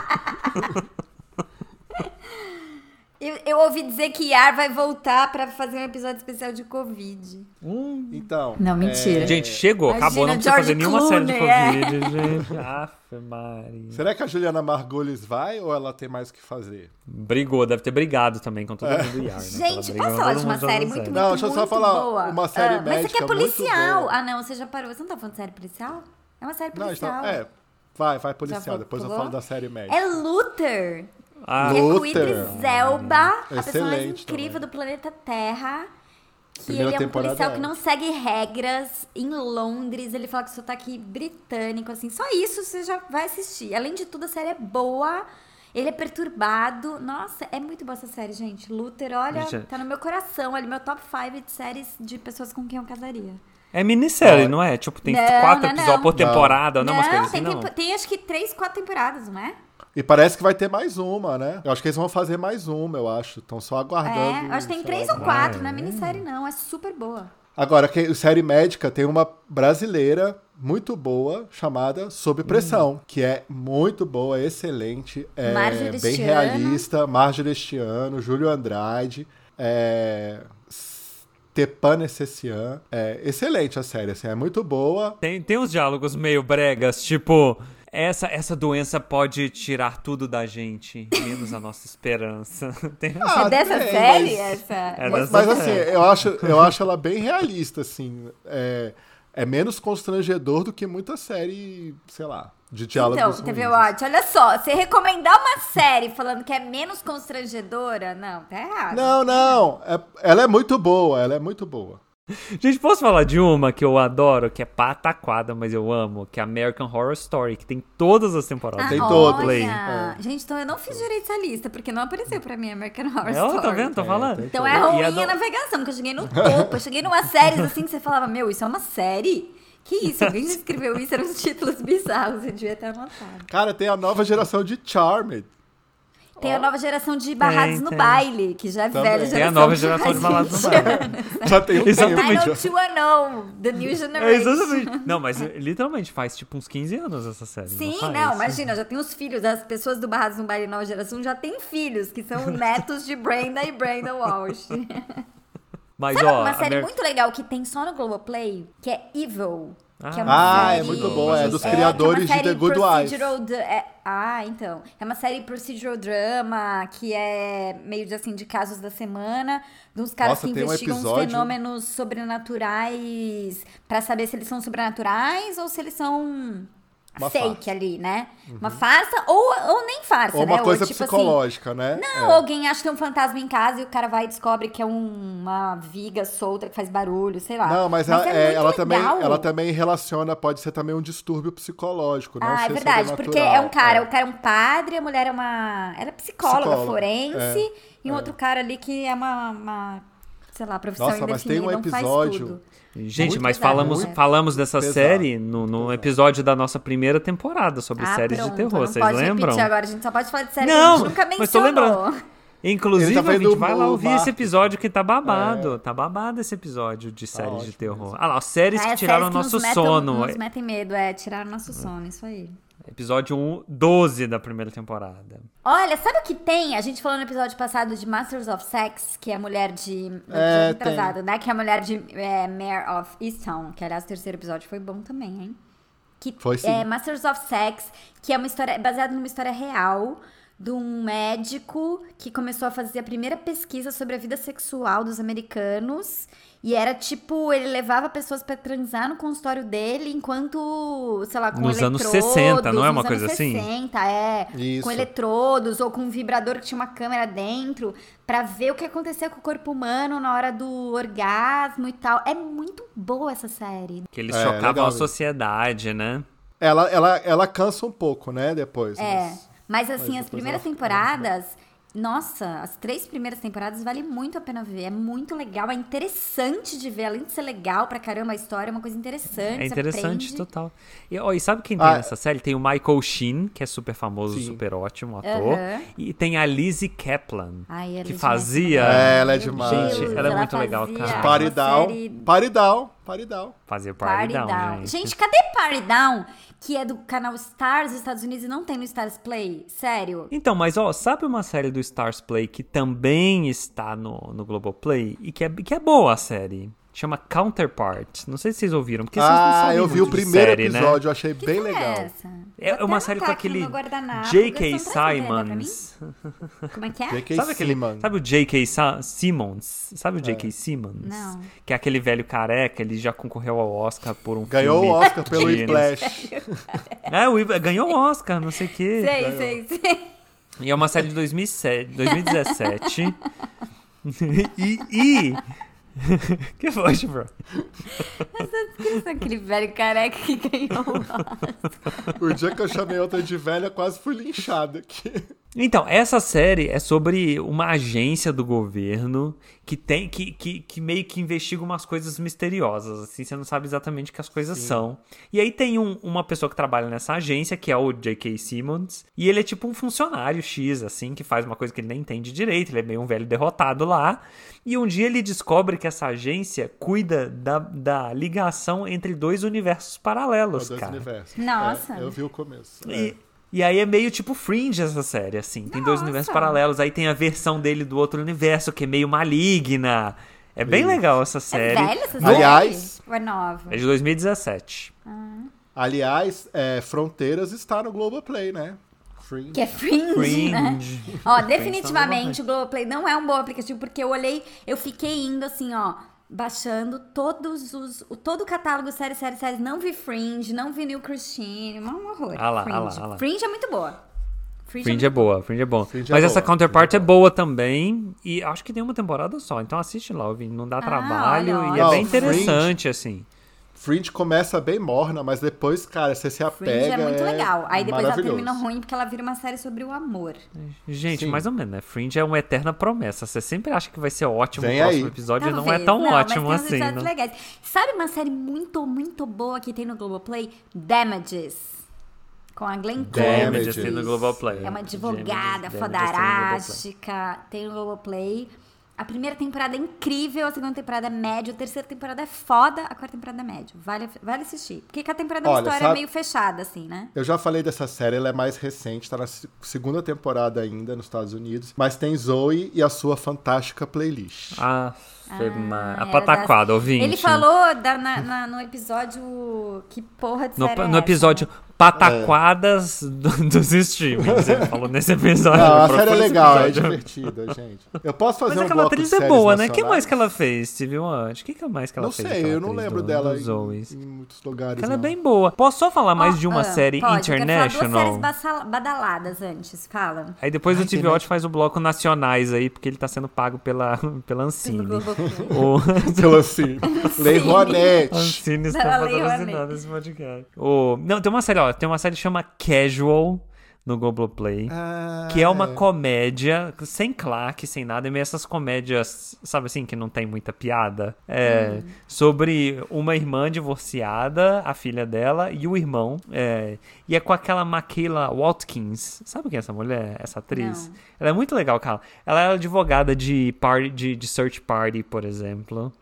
[SPEAKER 2] Eu, eu ouvi dizer que IR vai voltar pra fazer um episódio especial de Covid.
[SPEAKER 1] Hum.
[SPEAKER 3] Então.
[SPEAKER 2] Não, mentira.
[SPEAKER 1] Gente, chegou,
[SPEAKER 2] Imagina,
[SPEAKER 1] acabou. Não precisa
[SPEAKER 2] George
[SPEAKER 1] fazer nenhuma
[SPEAKER 2] Clooney, é.
[SPEAKER 1] série de Covid,
[SPEAKER 2] (laughs)
[SPEAKER 1] gente. Aff, Maria.
[SPEAKER 3] é, Será que a Juliana Margulis vai ou ela tem mais o que fazer?
[SPEAKER 1] Brigou, deve ter brigado também com todo mundo do IR, né? Ela
[SPEAKER 2] Gente, posso
[SPEAKER 1] brigou com
[SPEAKER 2] falar
[SPEAKER 1] todo
[SPEAKER 2] de uma
[SPEAKER 1] mundo, todo
[SPEAKER 2] série muito,
[SPEAKER 1] mundo
[SPEAKER 2] muito,
[SPEAKER 1] sério.
[SPEAKER 3] Não, deixa eu só
[SPEAKER 2] muito
[SPEAKER 3] falar
[SPEAKER 2] boa?
[SPEAKER 3] uma série
[SPEAKER 2] ah, Mas aqui é
[SPEAKER 3] médica muito
[SPEAKER 2] policial.
[SPEAKER 3] boa.
[SPEAKER 2] Ah, não, você já parou. Você não tá falando série policial? É uma série
[SPEAKER 3] Não,
[SPEAKER 2] policial.
[SPEAKER 3] então, é. Vai, vai policial,
[SPEAKER 2] Já
[SPEAKER 3] depois eu
[SPEAKER 2] pulou?
[SPEAKER 3] falo da série médica.
[SPEAKER 2] É Luther.
[SPEAKER 1] Ah,
[SPEAKER 2] Que é com o
[SPEAKER 3] Luther.
[SPEAKER 2] Idris Elba, a pessoa mais
[SPEAKER 3] Excelente
[SPEAKER 2] incrível
[SPEAKER 3] também.
[SPEAKER 2] do planeta Terra. Que
[SPEAKER 3] Primeira
[SPEAKER 2] ele é um
[SPEAKER 3] temporada
[SPEAKER 2] policial
[SPEAKER 3] é.
[SPEAKER 2] que não segue regras em Londres. Ele fala que sotaque britânico, assim. Só isso você já vai assistir. Além de tudo, a série é boa. Ele é perturbado. Nossa, é muito boa essa série, gente. Luther, olha,
[SPEAKER 1] Gente, é-
[SPEAKER 2] tá no meu coração. Ali, meu top 5 de séries de pessoas com quem eu casaria.
[SPEAKER 1] É minissérie, não é? Tipo, tem
[SPEAKER 2] Não,
[SPEAKER 1] quatro
[SPEAKER 2] não,
[SPEAKER 1] episódios
[SPEAKER 2] não.
[SPEAKER 1] por temporada, não, umas coisas assim,
[SPEAKER 2] tem,
[SPEAKER 1] não.
[SPEAKER 2] tempo- tem acho que três, quatro temporadas, não é?
[SPEAKER 3] E parece que vai ter mais uma, né? Eu acho que eles vão fazer mais uma, eu acho. Estão só aguardando.
[SPEAKER 2] É, acho que tem
[SPEAKER 3] sei
[SPEAKER 2] três
[SPEAKER 3] lá.
[SPEAKER 2] ou quatro, não é minissérie não, é super boa.
[SPEAKER 3] Agora, que, série médica tem uma brasileira muito boa chamada Sob Pressão, que é muito boa, excelente, é,
[SPEAKER 2] Hum. Marjorie
[SPEAKER 3] bem
[SPEAKER 2] este
[SPEAKER 3] realista. Marjorie este ano, Júlio Andrade. É, s- Tepan Necessian. É excelente a série, assim, é muito boa.
[SPEAKER 1] Tem, tem uns diálogos meio bregas, tipo. Essa, essa doença pode tirar tudo da gente, menos a nossa esperança. (laughs) Tem-
[SPEAKER 3] Ah,
[SPEAKER 2] é dessa
[SPEAKER 3] tem,
[SPEAKER 2] série?
[SPEAKER 3] mas-
[SPEAKER 2] Essa?
[SPEAKER 1] É
[SPEAKER 2] Mas-
[SPEAKER 1] dessa
[SPEAKER 3] Mas assim, eu acho, eu acho ela bem realista, assim. É, é menos constrangedor do que muita série, sei lá, de diálogos
[SPEAKER 2] Então,
[SPEAKER 3] ruins,
[SPEAKER 2] TV
[SPEAKER 3] assim.
[SPEAKER 2] Watch, olha só, você recomendar uma série falando que é menos constrangedora, não, tá errado.
[SPEAKER 3] Não, não. é- ela é muito boa, ela é muito boa.
[SPEAKER 1] Gente, posso falar de uma que eu adoro, que é pataquada, mas eu amo, que é American Horror Story, que tem todas as temporadas.
[SPEAKER 2] Ah,
[SPEAKER 3] tem
[SPEAKER 2] olha.
[SPEAKER 3] todo,
[SPEAKER 1] Play.
[SPEAKER 2] Gente, então eu não fiz direito essa lista, porque não apareceu pra mim American Horror
[SPEAKER 1] Ela,
[SPEAKER 2] Story.
[SPEAKER 1] tá vendo? Tô falando.
[SPEAKER 3] tem
[SPEAKER 2] Então
[SPEAKER 1] E
[SPEAKER 2] é ruim
[SPEAKER 1] a
[SPEAKER 2] a
[SPEAKER 1] do-
[SPEAKER 2] navegação, porque eu cheguei no topo, eu cheguei numa série assim que você falava, meu, isso é uma série? Que isso? Alguém já escreveu isso, eram uns títulos bizarros, eu devia ter anotado.
[SPEAKER 3] Cara, tem a nova geração de Charmed.
[SPEAKER 2] Tem a nova geração de barrados
[SPEAKER 1] Tem,
[SPEAKER 2] no
[SPEAKER 1] tem.
[SPEAKER 2] baile, que já é
[SPEAKER 3] Também.
[SPEAKER 2] velha geração.
[SPEAKER 1] Tem a nova geração de
[SPEAKER 2] barrados.
[SPEAKER 1] baladas no baile.
[SPEAKER 3] Já
[SPEAKER 2] (laughs)
[SPEAKER 3] tem um
[SPEAKER 1] Exatamente.
[SPEAKER 2] I
[SPEAKER 3] tempo.
[SPEAKER 1] Também
[SPEAKER 2] know
[SPEAKER 1] já.
[SPEAKER 2] two I know, the new
[SPEAKER 1] É,
[SPEAKER 2] generation. (laughs)
[SPEAKER 1] exatamente. Não, mas eh, literalmente faz tipo uns 15 anos essa série.
[SPEAKER 2] Sim,
[SPEAKER 1] faz?
[SPEAKER 2] não, imagina, já tem os filhos, as pessoas do Barrados no Baile Nova Geração já têm filhos, que são netos de Brenda e Brenda Walsh.
[SPEAKER 1] Mas
[SPEAKER 2] Sabe
[SPEAKER 1] ó,
[SPEAKER 2] uma série
[SPEAKER 1] Amer-
[SPEAKER 2] muito legal que tem só no Globoplay, que é Evil. que
[SPEAKER 1] Ah,
[SPEAKER 2] uma
[SPEAKER 1] é muito boa, é dos
[SPEAKER 2] que
[SPEAKER 3] criadores de
[SPEAKER 2] série
[SPEAKER 3] The Good Wife.
[SPEAKER 2] procedural dra- é- ah, então. É uma série procedural drama, que é meio de, assim, de casos da semana, de uns caras
[SPEAKER 3] Nossa,
[SPEAKER 2] que
[SPEAKER 3] tem um
[SPEAKER 2] investigam os
[SPEAKER 3] episódio-
[SPEAKER 2] fenômenos sobrenaturais pra saber se eles são sobrenaturais ou se eles são
[SPEAKER 3] Uma
[SPEAKER 2] fake
[SPEAKER 3] farsa. Uhum.
[SPEAKER 2] ali, né? Uma farsa ou, ou nem farsa,
[SPEAKER 3] Ou
[SPEAKER 2] né?
[SPEAKER 3] uma coisa
[SPEAKER 2] tipo assim,
[SPEAKER 3] psicológica, né?
[SPEAKER 2] não, alguém acha que tem um fantasma em casa e o cara vai e descobre que é um- uma viga solta que faz barulho, sei lá.
[SPEAKER 3] Não, mas, ela-
[SPEAKER 2] é
[SPEAKER 3] é,
[SPEAKER 2] muito
[SPEAKER 3] ela, também,
[SPEAKER 2] legal.
[SPEAKER 3] ela também relaciona, pode ser também um distúrbio psicológico, né? não
[SPEAKER 2] Ah, é
[SPEAKER 3] ser
[SPEAKER 2] verdade,
[SPEAKER 3] sobrenatural.
[SPEAKER 2] porque é um cara,
[SPEAKER 3] É.
[SPEAKER 2] o cara é um padre, a mulher é uma. Ela é psicóloga,
[SPEAKER 3] Psicóloga,
[SPEAKER 2] forense, e um outro cara ali que é uma. uma, sei lá, profissão
[SPEAKER 3] Nossa, mas tem
[SPEAKER 2] indefinida,
[SPEAKER 3] um
[SPEAKER 2] não faz
[SPEAKER 3] episódio.
[SPEAKER 2] tudo.
[SPEAKER 1] Gente,
[SPEAKER 3] Muito
[SPEAKER 1] mas
[SPEAKER 2] pesado,
[SPEAKER 1] falamos,
[SPEAKER 2] né?
[SPEAKER 1] falamos dessa
[SPEAKER 3] Pesado.
[SPEAKER 1] série no, no episódio da nossa primeira temporada sobre
[SPEAKER 2] Ah,
[SPEAKER 1] séries
[SPEAKER 2] pronto,
[SPEAKER 1] de terror,
[SPEAKER 2] não
[SPEAKER 1] vocês
[SPEAKER 2] pode
[SPEAKER 1] lembram?
[SPEAKER 2] repetir agora, a gente só pode falar de série que a
[SPEAKER 1] Não,
[SPEAKER 2] gente nunca
[SPEAKER 1] mas tô
[SPEAKER 2] mencionou.
[SPEAKER 1] lembrando. Inclusive,
[SPEAKER 3] Ele tá
[SPEAKER 1] a gente
[SPEAKER 3] vendo
[SPEAKER 1] vai
[SPEAKER 3] o-
[SPEAKER 1] lá
[SPEAKER 3] o
[SPEAKER 1] ouvir
[SPEAKER 3] Marcos.
[SPEAKER 1] esse episódio que tá babado. Tá babado esse episódio de séries
[SPEAKER 3] É.
[SPEAKER 1] de
[SPEAKER 3] Tá ótimo
[SPEAKER 1] terror.
[SPEAKER 3] mesmo.
[SPEAKER 1] Ah lá, ó, séries
[SPEAKER 2] Ah,
[SPEAKER 1] que
[SPEAKER 2] é,
[SPEAKER 1] tiraram o
[SPEAKER 2] séries que nos
[SPEAKER 1] nosso
[SPEAKER 2] metam-
[SPEAKER 1] sono.
[SPEAKER 2] Nos metem medo, é, tiraram o nosso sono, isso aí.
[SPEAKER 1] Episódio 1, 12 da primeira temporada.
[SPEAKER 2] Olha, sabe o que tem? A gente falou no episódio passado de Masters of Sex, que é a mulher de. do episódio
[SPEAKER 3] É,
[SPEAKER 2] atrasado, né? Que é a mulher de é, Mayor of Easttown, que aliás o terceiro episódio foi bom também, hein? Que
[SPEAKER 3] Foi sim.
[SPEAKER 2] É Masters of Sex, que é uma história é baseada numa história real de um médico que começou a fazer a primeira pesquisa sobre a vida sexual dos americanos. E era tipo, ele levava pessoas pra transar no consultório dele enquanto, sei lá, com
[SPEAKER 1] Nos anos
[SPEAKER 2] eletrodos,
[SPEAKER 1] 60, não é uma
[SPEAKER 2] nos anos
[SPEAKER 1] coisa assim?
[SPEAKER 2] 60, é.
[SPEAKER 3] Isso.
[SPEAKER 2] Com eletrodos ou com um vibrador que tinha uma câmera dentro pra ver o que acontecia com o corpo humano na hora do orgasmo e tal. É muito boa essa série.
[SPEAKER 1] Que eles
[SPEAKER 3] É,
[SPEAKER 1] chocavam
[SPEAKER 3] legal
[SPEAKER 1] a
[SPEAKER 3] mesmo.
[SPEAKER 1] sociedade, né?
[SPEAKER 3] Ela, ela, ela cansa um pouco, né, depois.
[SPEAKER 2] É.
[SPEAKER 3] mas-
[SPEAKER 2] Mas assim,
[SPEAKER 3] depois
[SPEAKER 2] as primeiras
[SPEAKER 3] ela fica
[SPEAKER 1] né?
[SPEAKER 2] temporadas. Nossa, as três primeiras temporadas vale muito a pena ver. É muito legal, é interessante de ver. Além de ser legal pra caramba a história, é uma coisa interessante.
[SPEAKER 1] É
[SPEAKER 2] você
[SPEAKER 1] interessante,
[SPEAKER 2] aprende.
[SPEAKER 1] total. E, ó, e sabe quem tem
[SPEAKER 3] Ah,
[SPEAKER 1] nessa série? Tem o Michael Sheen, que é super famoso,
[SPEAKER 3] Sim.
[SPEAKER 1] super ótimo ator.
[SPEAKER 2] Aham.
[SPEAKER 1] E tem a Lizzie Kaplan,
[SPEAKER 2] Ai, ela é
[SPEAKER 1] que
[SPEAKER 2] demais.
[SPEAKER 1] fazia...
[SPEAKER 3] É, ela é
[SPEAKER 2] Meu
[SPEAKER 3] demais.
[SPEAKER 2] Deus,
[SPEAKER 1] Gente, ela é muito legal,
[SPEAKER 2] fazia
[SPEAKER 1] cara.
[SPEAKER 2] uma
[SPEAKER 3] Party Down.
[SPEAKER 2] série
[SPEAKER 3] Party Down. Party Down.
[SPEAKER 1] Fazia
[SPEAKER 2] Party
[SPEAKER 1] Party Down, gente.
[SPEAKER 2] cadê Party Down? Que é do canal Stars dos Estados Unidos e não tem no Stars Play? Sério?
[SPEAKER 1] Então, mas ó, sabe uma série do Stars Play que também está no, no Globoplay e que é, que é boa a série? Chama Counterpart. Não sei se vocês ouviram, porque vocês não
[SPEAKER 3] ah,
[SPEAKER 1] sabem
[SPEAKER 3] eu vi o
[SPEAKER 1] muito de
[SPEAKER 3] primeiro
[SPEAKER 1] série, né?
[SPEAKER 3] episódio, eu achei
[SPEAKER 2] Que
[SPEAKER 3] bem
[SPEAKER 2] série
[SPEAKER 3] legal.
[SPEAKER 2] É, essa?
[SPEAKER 1] É
[SPEAKER 2] Vou até
[SPEAKER 1] uma série com
[SPEAKER 2] anotar aqui no meu
[SPEAKER 1] aquele
[SPEAKER 2] guardanapo,
[SPEAKER 1] J.K.
[SPEAKER 2] eles são trazendo ela pra mim.
[SPEAKER 1] Simons.
[SPEAKER 2] Como é que é?
[SPEAKER 3] J.K.
[SPEAKER 1] Sabe aquele,
[SPEAKER 3] Simmons. É.
[SPEAKER 1] sabe o J.K. Sa- Simmons? Sabe o J.K. Simmons?
[SPEAKER 2] Não.
[SPEAKER 1] Que é aquele velho careca, ele já concorreu ao Oscar por um
[SPEAKER 3] Ganhou
[SPEAKER 1] filme
[SPEAKER 3] o Oscar pelo
[SPEAKER 1] de-
[SPEAKER 3] Whiplash.
[SPEAKER 1] É, o Whip- ganhou o Oscar, não sei o quê.
[SPEAKER 2] Sei, sei,
[SPEAKER 1] (laughs)
[SPEAKER 2] sei.
[SPEAKER 1] E é uma série de 2007, 2017.
[SPEAKER 2] (laughs)
[SPEAKER 1] (laughs) e. e... (laughs) que foi, bro?
[SPEAKER 2] Eles
[SPEAKER 1] é
[SPEAKER 2] são Aquele velho careca que ganhou
[SPEAKER 1] um
[SPEAKER 2] o Oscar.
[SPEAKER 3] o dia que eu chamei outra de velha, eu quase fui linchado aqui.
[SPEAKER 1] Então, essa série é sobre uma agência do governo que tem que, que, que meio que investiga umas coisas misteriosas, assim, você não sabe exatamente o que as coisas são. E aí tem um- uma pessoa que trabalha nessa agência, que é o J.K. Simmons, e ele é tipo um funcionário X, assim, que faz uma coisa que ele nem entende direito, ele é meio um velho derrotado lá. E um dia ele descobre que essa agência cuida da, da ligação entre dois universos paralelos,
[SPEAKER 3] Os dois
[SPEAKER 1] cara.
[SPEAKER 3] universos.
[SPEAKER 2] Nossa.
[SPEAKER 3] É, eu vi o começo.
[SPEAKER 1] E,
[SPEAKER 3] É.
[SPEAKER 1] e aí é meio tipo Fringe essa série, assim. Tem dois
[SPEAKER 2] Nossa.
[SPEAKER 1] universos paralelos. Aí tem a versão dele do outro universo, que é meio maligna. É bem
[SPEAKER 3] Isso.
[SPEAKER 1] legal essa
[SPEAKER 2] É
[SPEAKER 1] série.
[SPEAKER 2] velha essa série?
[SPEAKER 3] Aliás-
[SPEAKER 2] Ou é nova?
[SPEAKER 1] É de 2017.
[SPEAKER 3] Aliás, é, Fronteiras está no Globoplay, né? Free.
[SPEAKER 2] Que é Fringe, né?
[SPEAKER 1] Cringe.
[SPEAKER 2] (laughs) Ó, definitivamente o Globoplay não é um bom aplicativo, porque eu olhei, eu fiquei indo assim, ó, baixando todos os. o- todo o catálogo série, série, série. Não vi Fringe, não vi New Christine. Um horror.
[SPEAKER 1] Ah lá,
[SPEAKER 2] Fringe.
[SPEAKER 1] ah lá, ah lá.
[SPEAKER 2] Fringe é muito boa. Fringe,
[SPEAKER 1] Fringe é
[SPEAKER 2] muito-
[SPEAKER 1] boa, Fringe é bom.
[SPEAKER 3] Fringe é
[SPEAKER 1] Mas essa
[SPEAKER 3] boa,
[SPEAKER 1] Counterpart é boa também. E acho que tem uma temporada só. Então assiste lá, Vini. Não dá trabalho.
[SPEAKER 2] olha,
[SPEAKER 1] e é
[SPEAKER 3] olha.
[SPEAKER 1] bem
[SPEAKER 3] Não, Fringe-
[SPEAKER 1] interessante, assim.
[SPEAKER 3] Fringe começa bem morna, mas depois, cara, você se apega.
[SPEAKER 2] Fringe é muito legal. Aí depois ela
[SPEAKER 3] maravilhoso.
[SPEAKER 2] termina ruim porque ela vira uma série sobre o amor.
[SPEAKER 1] Gente,
[SPEAKER 3] Sim.
[SPEAKER 1] mais ou menos, né? Fringe é uma eterna promessa. Você sempre acha que vai ser ótimo
[SPEAKER 3] Vem
[SPEAKER 1] o próximo
[SPEAKER 3] aí.
[SPEAKER 1] episódio e não é
[SPEAKER 2] Talvez.
[SPEAKER 1] tão
[SPEAKER 2] mas
[SPEAKER 1] ótimo
[SPEAKER 2] tem uns
[SPEAKER 1] assim.
[SPEAKER 2] episódios
[SPEAKER 1] né?
[SPEAKER 2] legais. Sabe uma série muito, muito boa que tem no Globoplay? Damages. Com a Glenn
[SPEAKER 3] Damages,
[SPEAKER 2] Close.
[SPEAKER 3] tem
[SPEAKER 1] no Globoplay.
[SPEAKER 2] É uma advogada
[SPEAKER 1] Damages, Damages tem no Globoplay.
[SPEAKER 2] fodarástica. Tem no Globoplay. A primeira temporada é incrível, a segunda temporada é médio, a terceira temporada é foda, a quarta temporada é médio. Vale, vale assistir. Porque cada temporada é uma
[SPEAKER 3] Olha,
[SPEAKER 2] história
[SPEAKER 3] sabe-
[SPEAKER 2] meio fechada, assim, né?
[SPEAKER 3] Eu já falei dessa série, ela é mais recente, tá na se- segunda temporada ainda nos Estados Unidos, mas tem Zoe e a sua fantástica playlist.
[SPEAKER 1] Ah, foi uma-
[SPEAKER 2] Ah,
[SPEAKER 1] a
[SPEAKER 2] era
[SPEAKER 1] pataquada,
[SPEAKER 2] das-
[SPEAKER 1] ouvinte.
[SPEAKER 2] Ele falou da- na- na- no episódio. Que porra de
[SPEAKER 1] No,
[SPEAKER 2] série é
[SPEAKER 1] no
[SPEAKER 2] essa,
[SPEAKER 1] episódio
[SPEAKER 2] né?
[SPEAKER 1] Pataquadas (laughs) do- dos streamings. Ele falou nesse episódio.
[SPEAKER 3] Não, a
[SPEAKER 1] Procura
[SPEAKER 3] série é
[SPEAKER 1] esse
[SPEAKER 3] legal, é
[SPEAKER 1] episódio.
[SPEAKER 3] divertida, gente. Eu posso fazer
[SPEAKER 1] Mas
[SPEAKER 3] um
[SPEAKER 1] aquela
[SPEAKER 3] bloco de
[SPEAKER 1] atriz é
[SPEAKER 3] séries
[SPEAKER 1] boa, né? O que
[SPEAKER 3] nacionais?
[SPEAKER 1] mais que ela fez, Steve Wonder? O que, que mais que ela
[SPEAKER 3] Não
[SPEAKER 1] fez?
[SPEAKER 3] sei,
[SPEAKER 1] aquela
[SPEAKER 3] eu não
[SPEAKER 1] atriz
[SPEAKER 3] lembro
[SPEAKER 1] do-
[SPEAKER 3] dela
[SPEAKER 1] dos
[SPEAKER 3] em,
[SPEAKER 1] Zoes?
[SPEAKER 3] em muitos lugares.
[SPEAKER 1] Ela é
[SPEAKER 3] não. (laughs)
[SPEAKER 1] bem boa. Posso só falar mais
[SPEAKER 2] Ó,
[SPEAKER 1] de uma
[SPEAKER 2] ah,
[SPEAKER 1] série
[SPEAKER 2] pode, eu quero falar
[SPEAKER 1] international?
[SPEAKER 2] duas séries basala- badaladas antes, fala.
[SPEAKER 1] Aí depois
[SPEAKER 3] Ai,
[SPEAKER 1] o
[SPEAKER 3] tem
[SPEAKER 1] TV
[SPEAKER 3] mais-
[SPEAKER 1] Watch faz o bloco nacionais aí, porque ele tá sendo pago pela, (laughs) pela
[SPEAKER 2] Pelo
[SPEAKER 1] Ancine.
[SPEAKER 2] Globoplay.
[SPEAKER 1] O
[SPEAKER 3] Então,
[SPEAKER 1] (laughs)
[SPEAKER 3] assim,
[SPEAKER 2] (laughs)
[SPEAKER 3] Lei
[SPEAKER 1] a
[SPEAKER 3] Ronette.
[SPEAKER 1] Ancine está
[SPEAKER 2] Ela leu a
[SPEAKER 1] patrocinando
[SPEAKER 2] lei.
[SPEAKER 1] esse podcast. O, não, tem uma série, ó. Tem uma série que chama Casual no Globoplay.
[SPEAKER 3] Ah,
[SPEAKER 1] Que é uma comédia sem claque, sem nada, é meio essas comédias, sabe assim, que não tem muita piada.
[SPEAKER 2] Uhum.
[SPEAKER 1] É, Sobre uma irmã divorciada, a filha dela e o irmão. é, e é com aquela Maquila Watkins. Sabe quem é essa mulher? Essa atriz?
[SPEAKER 2] Não.
[SPEAKER 1] Ela é muito legal, cara. Ela é advogada de, party, de, de Search Party, por exemplo.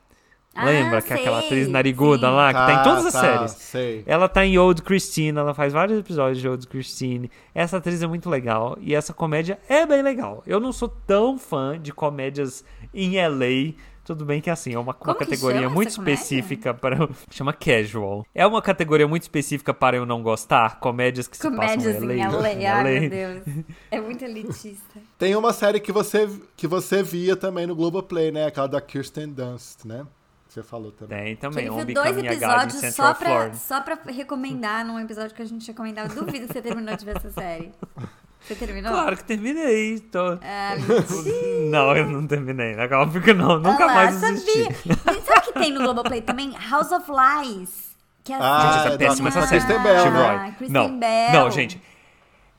[SPEAKER 2] Ah,
[SPEAKER 1] (laughs) Lembra que é aquela
[SPEAKER 2] sei,
[SPEAKER 1] atriz nariguda
[SPEAKER 2] sim.
[SPEAKER 1] lá, que tá, em todas as
[SPEAKER 3] tá,
[SPEAKER 1] séries?
[SPEAKER 3] Sei.
[SPEAKER 1] Ela tá em Old Christine, ela faz vários episódios de Old Christine. Essa atriz é muito legal e essa comédia é bem legal. Eu não sou tão fã de comédias em LA. Tudo bem que assim, é uma, uma
[SPEAKER 2] Como que
[SPEAKER 1] categoria
[SPEAKER 2] chama
[SPEAKER 1] muito
[SPEAKER 2] essa comédia?
[SPEAKER 1] específica para. (laughs) Chama casual. É uma categoria muito específica para eu não gostar. Comédias que
[SPEAKER 2] Comédias
[SPEAKER 1] se passam
[SPEAKER 2] em
[SPEAKER 1] em LA. (laughs) em
[SPEAKER 2] LA, ai
[SPEAKER 1] LA.
[SPEAKER 2] meu Deus. É muito elitista.
[SPEAKER 3] Tem uma série que você, que você via também no Globoplay, né? Aquela da Kirsten Dunst, né? Você falou também.
[SPEAKER 1] Tem
[SPEAKER 2] Que
[SPEAKER 1] (laughs) também.
[SPEAKER 2] ele
[SPEAKER 1] On
[SPEAKER 2] viu dois
[SPEAKER 1] Becoming a God in
[SPEAKER 2] episódios
[SPEAKER 1] Central
[SPEAKER 2] só pra,
[SPEAKER 1] Florida.
[SPEAKER 2] só pra recomendar num episódio que a gente recomendava. Duvido que você terminou de ver essa série.
[SPEAKER 1] (laughs)
[SPEAKER 2] Você terminou?
[SPEAKER 1] Claro que terminei. Tô...
[SPEAKER 2] Ah,
[SPEAKER 1] (laughs) Não, eu não terminei. né? Óbvio que não. Nunca
[SPEAKER 2] ah lá,
[SPEAKER 1] mais
[SPEAKER 2] sabia.
[SPEAKER 1] assisti.
[SPEAKER 2] Gente, sabe o que tem no Globoplay também? House of Lies. Que é
[SPEAKER 3] Ah,
[SPEAKER 1] Gente, essa
[SPEAKER 3] é
[SPEAKER 1] é péssima
[SPEAKER 3] da-
[SPEAKER 1] essa série.
[SPEAKER 3] Kristen Bell,
[SPEAKER 1] Tim
[SPEAKER 3] né?
[SPEAKER 1] Roy.
[SPEAKER 2] Ah, Kristen
[SPEAKER 1] não,
[SPEAKER 2] Bell.
[SPEAKER 1] não, gente.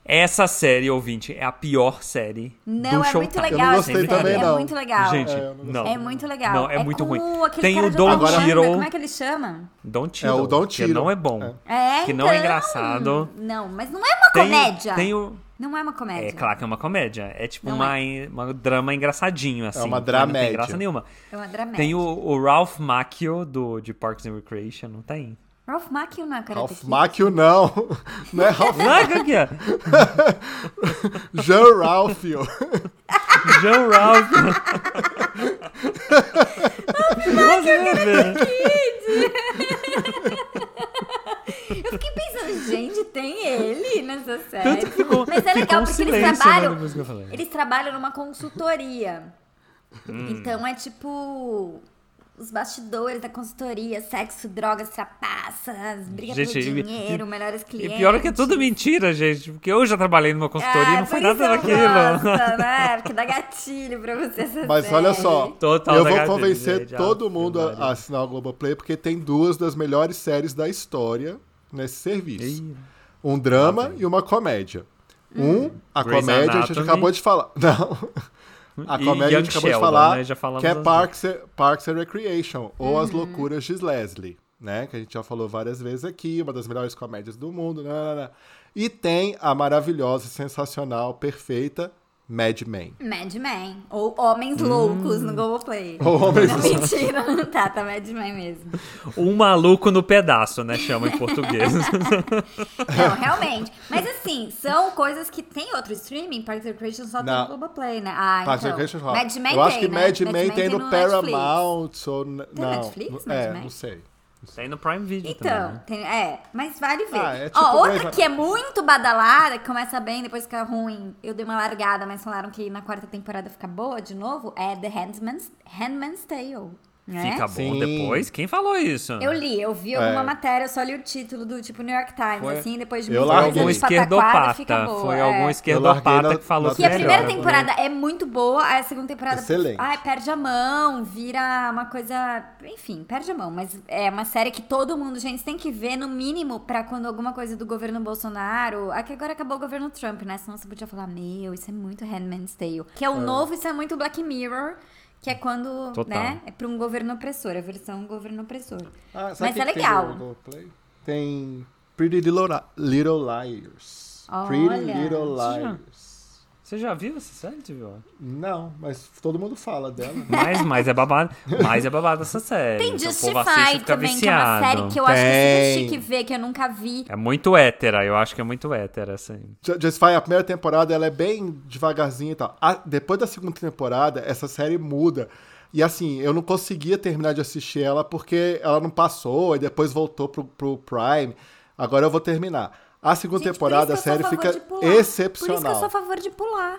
[SPEAKER 1] Essa série, ouvinte, é a pior série
[SPEAKER 2] Não,
[SPEAKER 1] do
[SPEAKER 2] é
[SPEAKER 1] show. tá
[SPEAKER 2] muito
[SPEAKER 3] não
[SPEAKER 2] legal essa
[SPEAKER 3] gostei
[SPEAKER 2] série.
[SPEAKER 3] também,
[SPEAKER 2] é
[SPEAKER 3] não.
[SPEAKER 2] muito legal.
[SPEAKER 1] Gente,
[SPEAKER 3] É, eu não
[SPEAKER 1] não.
[SPEAKER 2] É muito legal.
[SPEAKER 1] Não, é muito
[SPEAKER 2] com
[SPEAKER 1] ruim.
[SPEAKER 2] aquele
[SPEAKER 1] Tem
[SPEAKER 2] cara
[SPEAKER 1] o
[SPEAKER 2] do
[SPEAKER 1] Don
[SPEAKER 2] Miranda,
[SPEAKER 1] Cheadle.
[SPEAKER 2] Como é que ele chama?
[SPEAKER 1] Don't
[SPEAKER 3] É o Don't
[SPEAKER 1] que
[SPEAKER 3] Cheadle.
[SPEAKER 1] não é bom.
[SPEAKER 2] É,
[SPEAKER 1] Que não é
[SPEAKER 2] então.
[SPEAKER 1] engraçado.
[SPEAKER 2] Não, mas não é uma
[SPEAKER 1] Tem-
[SPEAKER 2] comédia.
[SPEAKER 1] Tem o...
[SPEAKER 2] Não é uma comédia.
[SPEAKER 1] É claro que é uma comédia. É tipo
[SPEAKER 2] Não
[SPEAKER 1] uma, uma drama engraçadinho, assim.
[SPEAKER 3] É uma
[SPEAKER 1] que Não
[SPEAKER 3] dramédia.
[SPEAKER 1] tem graça nenhuma.
[SPEAKER 2] É uma dramédia.
[SPEAKER 1] Tem o, o Ralph Macchio, do, de Parks and Recreation, não tem?
[SPEAKER 2] Ralph Macchio não é Karate
[SPEAKER 3] Ralph
[SPEAKER 2] Kid?
[SPEAKER 3] Macchio, não. (laughs) Não é Ralph.
[SPEAKER 1] Ah, qual que é?
[SPEAKER 3] Jean Ralphio.
[SPEAKER 1] Joe
[SPEAKER 2] (laughs)
[SPEAKER 1] Ralph. Nossa, velho.
[SPEAKER 2] (laughs) Eu fiquei pensando, gente, tem ele nessa série.
[SPEAKER 1] Tanto que ficou-
[SPEAKER 2] Mas é
[SPEAKER 1] ficou
[SPEAKER 2] legal,
[SPEAKER 1] um
[SPEAKER 2] porque
[SPEAKER 1] silêncio,
[SPEAKER 2] eles
[SPEAKER 1] né,
[SPEAKER 2] trabalham.
[SPEAKER 1] depois que eu falei.
[SPEAKER 2] Eles trabalham numa consultoria.
[SPEAKER 1] Hum.
[SPEAKER 2] Então é tipo. Os bastidores da consultoria, sexo, drogas, trapaças, briga
[SPEAKER 1] Gente,
[SPEAKER 2] pelo
[SPEAKER 1] e-
[SPEAKER 2] dinheiro, melhores
[SPEAKER 1] E
[SPEAKER 2] clientes.
[SPEAKER 1] pior é que é tudo mentira, gente. Porque eu já trabalhei numa consultoria e
[SPEAKER 2] Ah,
[SPEAKER 1] não foi
[SPEAKER 2] por isso
[SPEAKER 1] nada
[SPEAKER 2] eu
[SPEAKER 1] daquilo. (laughs)
[SPEAKER 2] gosto, né? Porque dá gatilho pra você essa
[SPEAKER 3] Mas olha só,
[SPEAKER 2] série.
[SPEAKER 1] Total
[SPEAKER 3] eu
[SPEAKER 1] da
[SPEAKER 3] vou
[SPEAKER 1] Gazeta,
[SPEAKER 3] convencer
[SPEAKER 1] gente,
[SPEAKER 3] todo
[SPEAKER 1] Ave
[SPEAKER 3] mundo
[SPEAKER 1] Maria.
[SPEAKER 3] a, a assinar o Globoplay, porque tem duas das melhores séries da história nesse serviço.
[SPEAKER 1] Ih.
[SPEAKER 3] Um drama e uma comédia. Um, a
[SPEAKER 1] Hum. Grey's
[SPEAKER 3] comédia, a gente
[SPEAKER 1] Anatomy.
[SPEAKER 3] acabou de falar. (laughs) Não. A
[SPEAKER 1] E
[SPEAKER 3] comédia a
[SPEAKER 1] Young
[SPEAKER 3] gente acabou de
[SPEAKER 1] Sheldon,
[SPEAKER 3] falar,
[SPEAKER 1] né? Já falamos
[SPEAKER 3] que é
[SPEAKER 1] as Uhum. duas.
[SPEAKER 3] Parks, Parks and Recreation, ou As Loucuras de Leslie, né? Que a gente já falou várias vezes aqui, uma das melhores comédias do mundo. né, né, né. E tem a maravilhosa, sensacional, perfeita Mad Men.
[SPEAKER 2] Mad Men. Ou Homens Loucos
[SPEAKER 1] Hum.
[SPEAKER 2] no Globoplay.
[SPEAKER 3] Ou Homens
[SPEAKER 2] Não,
[SPEAKER 3] Loucos.
[SPEAKER 2] mentira. Tá, tá Mad Men mesmo.
[SPEAKER 1] Um maluco no pedaço, né? Chama
[SPEAKER 2] (laughs)
[SPEAKER 1] em português.
[SPEAKER 3] (laughs)
[SPEAKER 2] Não, realmente. Mas assim, são coisas que tem outro streaming. Parks and Recreation só tem
[SPEAKER 3] Não.
[SPEAKER 2] no Globoplay, né? Ah,
[SPEAKER 3] Parks and
[SPEAKER 2] então.
[SPEAKER 3] Recreation rola.
[SPEAKER 2] Mad Men
[SPEAKER 3] Eu acho que
[SPEAKER 2] tem,
[SPEAKER 3] Mad
[SPEAKER 2] né?
[SPEAKER 3] Men tem no,
[SPEAKER 2] Netflix.
[SPEAKER 3] Paramount ou n-
[SPEAKER 2] Tem
[SPEAKER 3] não.
[SPEAKER 2] Netflix, Mad
[SPEAKER 3] é,
[SPEAKER 2] Men?
[SPEAKER 3] não sei.
[SPEAKER 1] Tem no Prime Video também,
[SPEAKER 2] Então,
[SPEAKER 1] né?
[SPEAKER 2] tem- é, mas vale ver.
[SPEAKER 3] Ah, é tipo
[SPEAKER 2] Ó, outra
[SPEAKER 3] Grey's-
[SPEAKER 2] que é muito badalada, que começa bem, depois fica ruim. Eu dei uma largada, mas falaram que na quarta temporada fica boa de novo. É The Handman's, Handman's Tale. Né?
[SPEAKER 1] Fica bom
[SPEAKER 3] Sim.
[SPEAKER 1] depois? Quem falou isso?
[SPEAKER 2] Eu li, eu vi alguma
[SPEAKER 3] É.
[SPEAKER 2] matéria, eu só li o título do tipo New York Times,
[SPEAKER 1] Foi-
[SPEAKER 2] assim, depois de
[SPEAKER 3] Eu
[SPEAKER 2] muitos
[SPEAKER 1] Foi
[SPEAKER 3] larguei.
[SPEAKER 1] algum
[SPEAKER 2] anos de pataquada, tá fica
[SPEAKER 1] esquerdopata.
[SPEAKER 2] boa.
[SPEAKER 1] Foi
[SPEAKER 2] é.
[SPEAKER 1] algum esquerdopata
[SPEAKER 3] na-
[SPEAKER 1] que falou
[SPEAKER 3] na-
[SPEAKER 2] Que a
[SPEAKER 1] melhor.
[SPEAKER 2] primeira
[SPEAKER 3] Melhor, né?
[SPEAKER 2] temporada é muito boa, aí a segunda temporada
[SPEAKER 3] Excelente.
[SPEAKER 2] ai, perde a mão, vira uma coisa. Enfim, perde a mão. Mas é uma série que todo mundo, gente, tem que ver, no mínimo, pra quando alguma coisa do governo Bolsonaro. Aqui agora acabou o governo Trump, né? Senão você podia falar, meu, isso é muito Handman's Tale. Que é o novo, isso é muito Black Mirror. Que é quando,
[SPEAKER 1] Total.
[SPEAKER 2] né? É pra um governo opressor, a versão governo opressor.
[SPEAKER 3] Ah,
[SPEAKER 2] Mas
[SPEAKER 3] sabe o que
[SPEAKER 2] é
[SPEAKER 3] que tem
[SPEAKER 2] legal.
[SPEAKER 3] no Globoplay? Tem Pretty Little, Li- Little Liars.
[SPEAKER 2] Olha.
[SPEAKER 3] Pretty Little
[SPEAKER 1] Você já-
[SPEAKER 3] Liars.
[SPEAKER 1] Você já viu essa série, viu?
[SPEAKER 3] Não, mas todo mundo fala dela. (laughs)
[SPEAKER 1] Mas, mas é babado. Mas é babado essa série.
[SPEAKER 2] Tem
[SPEAKER 1] Então, o povo assiste e
[SPEAKER 2] Justified
[SPEAKER 1] fica
[SPEAKER 2] também, que é uma série
[SPEAKER 1] viciado.
[SPEAKER 2] que eu acho que é super
[SPEAKER 3] Tem.
[SPEAKER 2] chique ver, que eu nunca vi.
[SPEAKER 1] É muito hétera, eu acho que é muito hétera, assim.
[SPEAKER 3] Ju- Justify, a primeira temporada, ela é bem devagarzinha e tal. A- depois da segunda temporada, essa série muda. E assim, eu não conseguia terminar de assistir ela porque ela não passou e depois voltou pro, pro Prime. Agora eu vou terminar. A segunda
[SPEAKER 2] Gente, por
[SPEAKER 3] Tipo, temporada, a
[SPEAKER 2] isso que eu
[SPEAKER 3] série
[SPEAKER 2] sou a
[SPEAKER 3] fica
[SPEAKER 2] favor de pular.
[SPEAKER 3] excepcional.
[SPEAKER 2] Por isso que eu sou a favor de pular.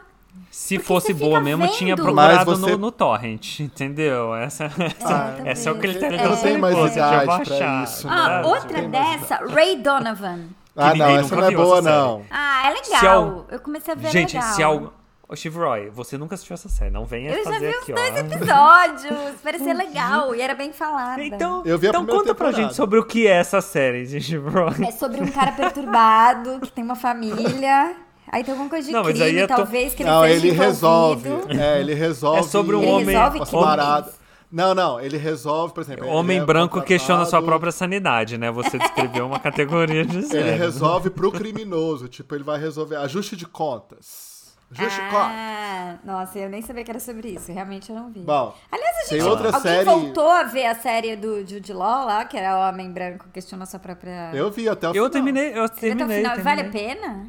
[SPEAKER 1] Se
[SPEAKER 2] Porque
[SPEAKER 1] fosse
[SPEAKER 2] você fica
[SPEAKER 1] boa mesmo,
[SPEAKER 2] vendo. Ah,
[SPEAKER 1] tinha
[SPEAKER 2] Mas
[SPEAKER 1] procurado
[SPEAKER 3] você-
[SPEAKER 1] no, no Torrent, entendeu? Essa, (laughs) essa,
[SPEAKER 2] talvez.
[SPEAKER 1] esse é o critério
[SPEAKER 2] tá Eu
[SPEAKER 1] da
[SPEAKER 2] não tenho
[SPEAKER 1] série
[SPEAKER 3] mais
[SPEAKER 1] boa, você já
[SPEAKER 3] idade pra
[SPEAKER 1] baixar. né?
[SPEAKER 3] isso,
[SPEAKER 2] Ah,
[SPEAKER 1] sabe?
[SPEAKER 2] outra dessa, Ray Donovan.
[SPEAKER 3] Ah, não,
[SPEAKER 1] ninguém
[SPEAKER 3] essa
[SPEAKER 1] nunca
[SPEAKER 3] não é
[SPEAKER 1] viu essa
[SPEAKER 3] boa,
[SPEAKER 1] série.
[SPEAKER 3] não.
[SPEAKER 2] Ah, é legal.
[SPEAKER 1] Se al-
[SPEAKER 2] Eu comecei a ver é
[SPEAKER 1] Gente,
[SPEAKER 2] legal.
[SPEAKER 1] se algo. Ô, Steve Roy, você nunca assistiu essa série, não venha
[SPEAKER 2] Eu já
[SPEAKER 1] fazer
[SPEAKER 2] vi
[SPEAKER 1] aqui,
[SPEAKER 2] os dois
[SPEAKER 1] ó.
[SPEAKER 2] episódios. Parecia legal e era bem falada.
[SPEAKER 1] Então,
[SPEAKER 3] Eu vi a
[SPEAKER 1] então
[SPEAKER 3] primeira
[SPEAKER 1] conta pra
[SPEAKER 3] temporada.
[SPEAKER 1] gente sobre o que é essa série, (laughs) Steve Roy.
[SPEAKER 2] É sobre um cara perturbado que tem uma família. Aí tem alguma coisa de
[SPEAKER 1] Não, mas
[SPEAKER 2] crime,
[SPEAKER 1] aí eu tô-
[SPEAKER 2] talvez, que ele
[SPEAKER 3] Não,
[SPEAKER 2] seja
[SPEAKER 3] ele
[SPEAKER 2] envolvido.
[SPEAKER 3] resolve. É, ele resolve.
[SPEAKER 1] É sobre um
[SPEAKER 2] Ele
[SPEAKER 1] homem. Um
[SPEAKER 2] resolve
[SPEAKER 3] umas
[SPEAKER 2] crimes.
[SPEAKER 3] paradas. Não, não, ele resolve, por exemplo. ele
[SPEAKER 1] Homem
[SPEAKER 3] é
[SPEAKER 1] branco questiona sua
[SPEAKER 3] contratado.
[SPEAKER 1] própria sanidade, né? Você descreveu uma categoria de
[SPEAKER 3] Ele
[SPEAKER 1] série.
[SPEAKER 3] resolve pro criminoso, tipo, ele vai resolver ajuste de contas. Ajuste de contas.
[SPEAKER 2] Ah, nossa, eu nem sabia que era sobre isso. Realmente eu não vi.
[SPEAKER 3] Bom,
[SPEAKER 2] Aliás, a gente,
[SPEAKER 3] tem outra
[SPEAKER 2] alguém
[SPEAKER 3] série-
[SPEAKER 2] voltou a ver a série do Jude Law lá, que era Homem Branco que questiona sua própria...
[SPEAKER 3] eu vi até o final.
[SPEAKER 1] Eu terminei, eu
[SPEAKER 2] Você vê até o
[SPEAKER 1] terminei.
[SPEAKER 2] final. E
[SPEAKER 1] terminei.
[SPEAKER 2] Vale a pena?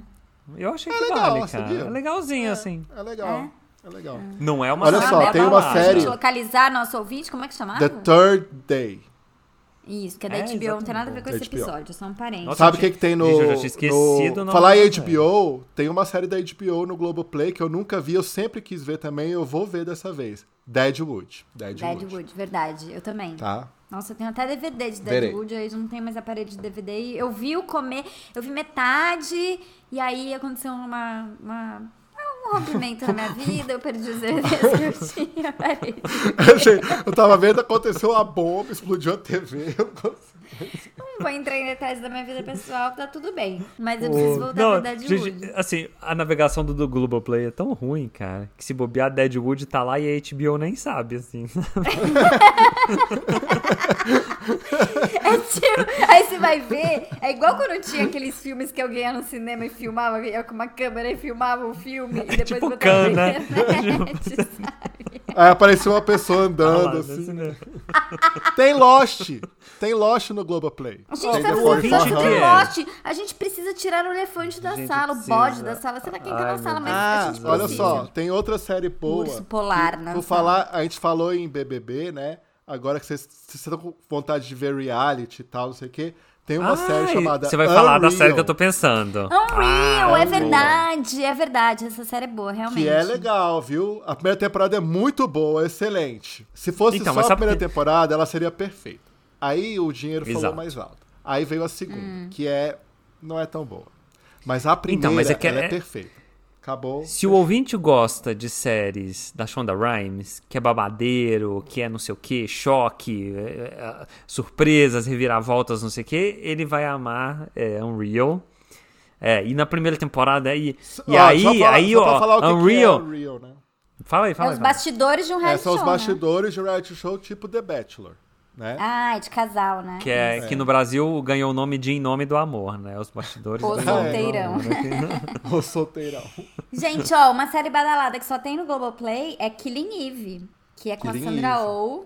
[SPEAKER 1] Eu achei
[SPEAKER 3] É
[SPEAKER 1] que
[SPEAKER 3] legal,
[SPEAKER 1] vale, cara.
[SPEAKER 3] sabia?
[SPEAKER 1] É legalzinho, assim.
[SPEAKER 3] É legal. É legal.
[SPEAKER 1] Não é uma
[SPEAKER 3] Olha
[SPEAKER 1] série
[SPEAKER 3] só,
[SPEAKER 1] babada.
[SPEAKER 3] tem uma
[SPEAKER 2] pra
[SPEAKER 3] série-
[SPEAKER 2] gente localizar nosso ouvinte, como é que chamava?
[SPEAKER 3] The Third Day.
[SPEAKER 2] Isso, que é da
[SPEAKER 1] É,
[SPEAKER 2] HBO, não tem nada a ver com esse
[SPEAKER 3] exatamente.
[SPEAKER 2] episódio, só um parente.
[SPEAKER 1] Nossa,
[SPEAKER 3] Sabe o
[SPEAKER 1] gente,
[SPEAKER 3] que, que tem no.
[SPEAKER 1] gente, eu já tinha esquecido o
[SPEAKER 3] no...
[SPEAKER 1] nome
[SPEAKER 3] Falar em
[SPEAKER 1] dessa
[SPEAKER 3] HBO, tem uma série da HBO no Globoplay que eu nunca vi, eu sempre quis ver também, eu vou ver dessa vez. Deadwood. Deadwood.
[SPEAKER 2] Deadwood, verdade, eu também.
[SPEAKER 3] Tá?
[SPEAKER 2] Nossa, eu tenho até DVD de
[SPEAKER 3] Verei.
[SPEAKER 2] Deadwood, aí não tem mais aparelho de DVD. E Eu vi o comer, eu vi metade, e aí aconteceu uma. uma- um rompimento na
[SPEAKER 3] (laughs)
[SPEAKER 2] minha vida, eu perdi os DVDs que eu tinha aparelho.
[SPEAKER 3] Achei- eu tava vendo, aconteceu uma bomba, explodiu a TV. eu não consigo.
[SPEAKER 2] Não vou entrar em detalhes da minha vida pessoal, tá tudo bem. Mas eu preciso voltar pra
[SPEAKER 1] Não,
[SPEAKER 2] Deadwood.
[SPEAKER 1] gente, assim, a navegação do, do Globoplay é tão ruim, cara, que se bobear Deadwood tá lá e a HBO nem sabe, assim.
[SPEAKER 2] (laughs)
[SPEAKER 1] (laughs)
[SPEAKER 2] É tipo, aí você vai ver, é igual quando tinha aqueles filmes que alguém ia no cinema e filmava, ia com uma câmera e filmava o filme, e depois
[SPEAKER 1] tipo
[SPEAKER 2] botava na
[SPEAKER 1] Cana. (laughs)
[SPEAKER 2] internet, sabe?
[SPEAKER 3] (laughs) Aí apareceu uma pessoa
[SPEAKER 1] Tá lá,
[SPEAKER 3] andando,
[SPEAKER 1] né,
[SPEAKER 3] assim.
[SPEAKER 1] assim, né?
[SPEAKER 3] Tem Lost. Tem Lost no Globoplay.
[SPEAKER 2] Gente, tá
[SPEAKER 3] The
[SPEAKER 2] fazendo
[SPEAKER 1] ouvinte
[SPEAKER 2] festa
[SPEAKER 3] Forty
[SPEAKER 1] que
[SPEAKER 3] Four
[SPEAKER 2] de
[SPEAKER 1] é.
[SPEAKER 2] lote. A gente precisa tirar o elefante da
[SPEAKER 1] Gente,
[SPEAKER 2] sala,
[SPEAKER 1] precisa.
[SPEAKER 2] o bode da sala. Sei lá quem tá
[SPEAKER 1] Ai,
[SPEAKER 2] na
[SPEAKER 1] meu
[SPEAKER 2] sala, mas a
[SPEAKER 3] Ah,
[SPEAKER 2] é gente
[SPEAKER 3] olha
[SPEAKER 2] precisa.
[SPEAKER 3] só, tem outra série boa.
[SPEAKER 2] Urso polar, né?
[SPEAKER 3] Vou falar, a gente falou em BBB, né? Agora que vocês vocês estão com vontade de ver reality e tal, não sei o quê. Tem uma série
[SPEAKER 1] Ai,
[SPEAKER 3] chamada.
[SPEAKER 1] Você vai falar da
[SPEAKER 3] Unreal,
[SPEAKER 1] série que eu tô pensando.
[SPEAKER 2] Unreal,
[SPEAKER 1] Ah,
[SPEAKER 2] é verdade, é verdade. Essa série é boa, realmente.
[SPEAKER 3] Que é legal, viu? A primeira temporada é muito boa, excelente. Se fosse
[SPEAKER 1] Então,
[SPEAKER 3] só
[SPEAKER 1] mas
[SPEAKER 3] a
[SPEAKER 1] sabe
[SPEAKER 3] primeira
[SPEAKER 1] que-
[SPEAKER 3] temporada, ela seria perfeita. Aí o dinheiro
[SPEAKER 1] Exato. Hum.
[SPEAKER 3] falou mais alto. Aí veio a segunda, que é. não é tão boa. Mas a primeira
[SPEAKER 1] Então, mas é que
[SPEAKER 3] ela é...
[SPEAKER 1] é-
[SPEAKER 3] perfeita. Acabou.
[SPEAKER 1] Se o ouvinte gosta de séries da Shonda Rhimes, que é babadeiro, que é não sei o que, choque, é, é, surpresas, reviravoltas, não sei o que, ele vai amar é, Unreal. É, e na primeira temporada aí. E
[SPEAKER 3] Ó,
[SPEAKER 1] aí,
[SPEAKER 3] só pra-
[SPEAKER 1] aí,
[SPEAKER 3] só pra
[SPEAKER 1] ó,
[SPEAKER 3] falar o que que
[SPEAKER 1] Unreal.
[SPEAKER 3] é Unreal, né?
[SPEAKER 1] Fala aí,
[SPEAKER 2] É
[SPEAKER 1] fala aí.
[SPEAKER 2] os
[SPEAKER 1] fala aí.
[SPEAKER 2] bastidores de um reality
[SPEAKER 3] É, são os
[SPEAKER 2] show, né?
[SPEAKER 3] bastidores de reality show tipo The Bachelor. né?
[SPEAKER 2] Ah, é de casal, né?
[SPEAKER 1] Que, é, que no Brasil ganhou o nome de Em Nome do Amor, né? Os bastidores.
[SPEAKER 2] O
[SPEAKER 1] do Em Nome do
[SPEAKER 2] solteirão.
[SPEAKER 1] Amor, né?
[SPEAKER 3] (laughs) O solteirão.
[SPEAKER 2] Gente, ó, uma série badalada que só tem no Globoplay é Killing Eve, que é com
[SPEAKER 3] Killing
[SPEAKER 2] a Sandra
[SPEAKER 3] Eve.
[SPEAKER 2] Oh.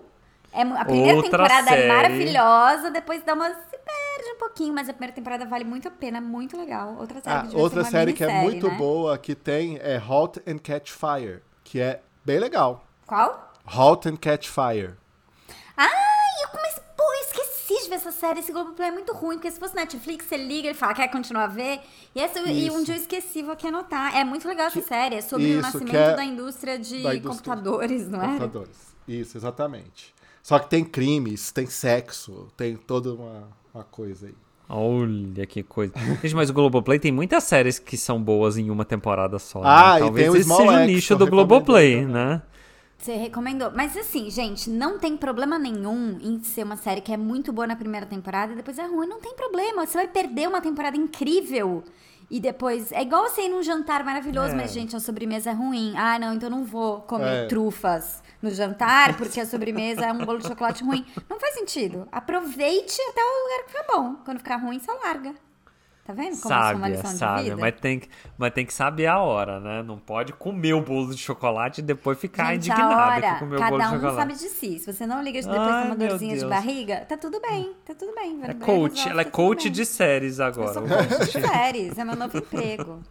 [SPEAKER 2] É, mu- a primeira
[SPEAKER 1] Outra
[SPEAKER 2] temporada
[SPEAKER 1] série.
[SPEAKER 2] é maravilhosa, depois dá uma. se perde um pouquinho, mas a primeira temporada vale muito a pena, muito legal. Outra série,
[SPEAKER 3] Ah,
[SPEAKER 2] que devia ser
[SPEAKER 3] outra
[SPEAKER 2] uma
[SPEAKER 3] série que é
[SPEAKER 2] minissérie,
[SPEAKER 3] muito
[SPEAKER 2] né?
[SPEAKER 3] boa que tem é Halt and Catch Fire, que é bem legal.
[SPEAKER 2] Qual?
[SPEAKER 3] Halt and Catch Fire.
[SPEAKER 2] Ai, eu comecei. Pô, eu esqueci de ver essa série. Esse Globoplay é muito ruim, porque se fosse Netflix, você liga e fala, quer continuar a ver? E, essa, eu- e
[SPEAKER 3] Isso.
[SPEAKER 2] um dia eu esqueci, vou aqui anotar. É muito legal essa série. É sobre
[SPEAKER 3] isso,
[SPEAKER 2] o nascimento
[SPEAKER 3] que é-
[SPEAKER 2] da indústria de
[SPEAKER 3] da indústria.
[SPEAKER 2] computadores, não é?
[SPEAKER 3] Computadores. Isso, exatamente. Só que tem crimes, tem sexo, tem toda uma, uma coisa aí.
[SPEAKER 1] (laughs) Olha que coisa. Gente, mas o Globoplay tem muitas séries que são boas em uma temporada só. né?
[SPEAKER 3] Ah, e
[SPEAKER 1] Talvez
[SPEAKER 3] tem o
[SPEAKER 1] esse
[SPEAKER 3] Small
[SPEAKER 1] seja o
[SPEAKER 3] Axe,
[SPEAKER 1] nicho
[SPEAKER 3] eu
[SPEAKER 1] do
[SPEAKER 3] recomendo
[SPEAKER 1] Globoplay, né?
[SPEAKER 2] Você recomendou. Mas assim, gente, não tem problema nenhum em ser uma série que é muito boa na primeira temporada e depois é ruim. Não tem problema. Você vai perder uma temporada incrível. E depois. É igual você ir num jantar maravilhoso,
[SPEAKER 1] É.
[SPEAKER 2] mas, gente, a sobremesa é ruim. Ah, não, então não vou comer
[SPEAKER 3] É.
[SPEAKER 2] trufas no jantar, porque a sobremesa é um bolo de chocolate ruim. Não faz sentido. Aproveite até o lugar que ficar bom. Quando ficar ruim, você larga. Tá vendo? Como isso é uma
[SPEAKER 1] Sábia,
[SPEAKER 2] lição de
[SPEAKER 1] sábia.
[SPEAKER 2] vida?
[SPEAKER 1] Mas tem, que, mas tem que saber a hora, né? Não pode comer o bolo de chocolate e depois ficar
[SPEAKER 2] Gente, a
[SPEAKER 1] Tá indignado
[SPEAKER 2] hora,
[SPEAKER 1] que comeu o
[SPEAKER 2] cada
[SPEAKER 1] bolo de
[SPEAKER 2] um
[SPEAKER 1] chocolate.
[SPEAKER 2] sabe de si. Se você não liga de depois
[SPEAKER 1] Ai,
[SPEAKER 2] de uma
[SPEAKER 1] meu
[SPEAKER 2] dorzinha de
[SPEAKER 1] Deus.
[SPEAKER 2] barriga, tá tudo bem, tá tudo bem. vai
[SPEAKER 1] É
[SPEAKER 2] no banheiro,
[SPEAKER 1] coach,
[SPEAKER 2] resolve,
[SPEAKER 1] ela é
[SPEAKER 2] tá tudo
[SPEAKER 1] coach
[SPEAKER 2] bem.
[SPEAKER 1] de séries
[SPEAKER 2] Eu
[SPEAKER 1] agora.
[SPEAKER 2] sou coach de séries, é meu novo emprego.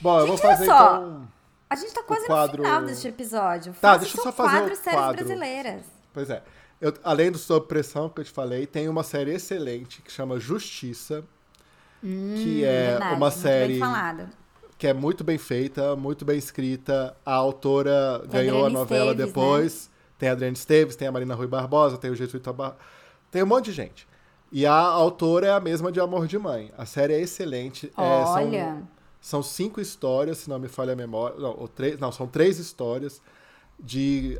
[SPEAKER 3] Bom, eu
[SPEAKER 2] Gente,
[SPEAKER 3] vou fazer
[SPEAKER 2] olha só.
[SPEAKER 3] então.
[SPEAKER 2] A gente tá quase
[SPEAKER 3] quadro-
[SPEAKER 2] no final deste episódio.
[SPEAKER 3] Tá,
[SPEAKER 2] Faça
[SPEAKER 3] deixa eu
[SPEAKER 2] seu
[SPEAKER 3] só fazer o
[SPEAKER 2] quadro séries
[SPEAKER 3] quadro.
[SPEAKER 2] brasileiras.
[SPEAKER 3] Pois é. Eu- além do Sob Pressão que eu te falei, tem uma série excelente que chama Justiça, que
[SPEAKER 2] Hum,
[SPEAKER 3] é
[SPEAKER 2] Verdade,
[SPEAKER 3] uma
[SPEAKER 2] muito
[SPEAKER 3] série
[SPEAKER 2] Bem falado.
[SPEAKER 3] que é muito bem feita, muito bem escrita. A autora ganhou a
[SPEAKER 2] Adriana
[SPEAKER 3] novela
[SPEAKER 2] Esteves, né?
[SPEAKER 3] depois. Tem a Adriana Esteves, tem a Marina Rui Barbosa, tem o Jesuíta Bar... Tem um monte de gente. E a autora é a mesma de Amor de Mãe. A série é excelente. É, são-
[SPEAKER 2] Olha.
[SPEAKER 3] são cinco histórias, se não me falha a memória. Não, ou três, não, são três histórias de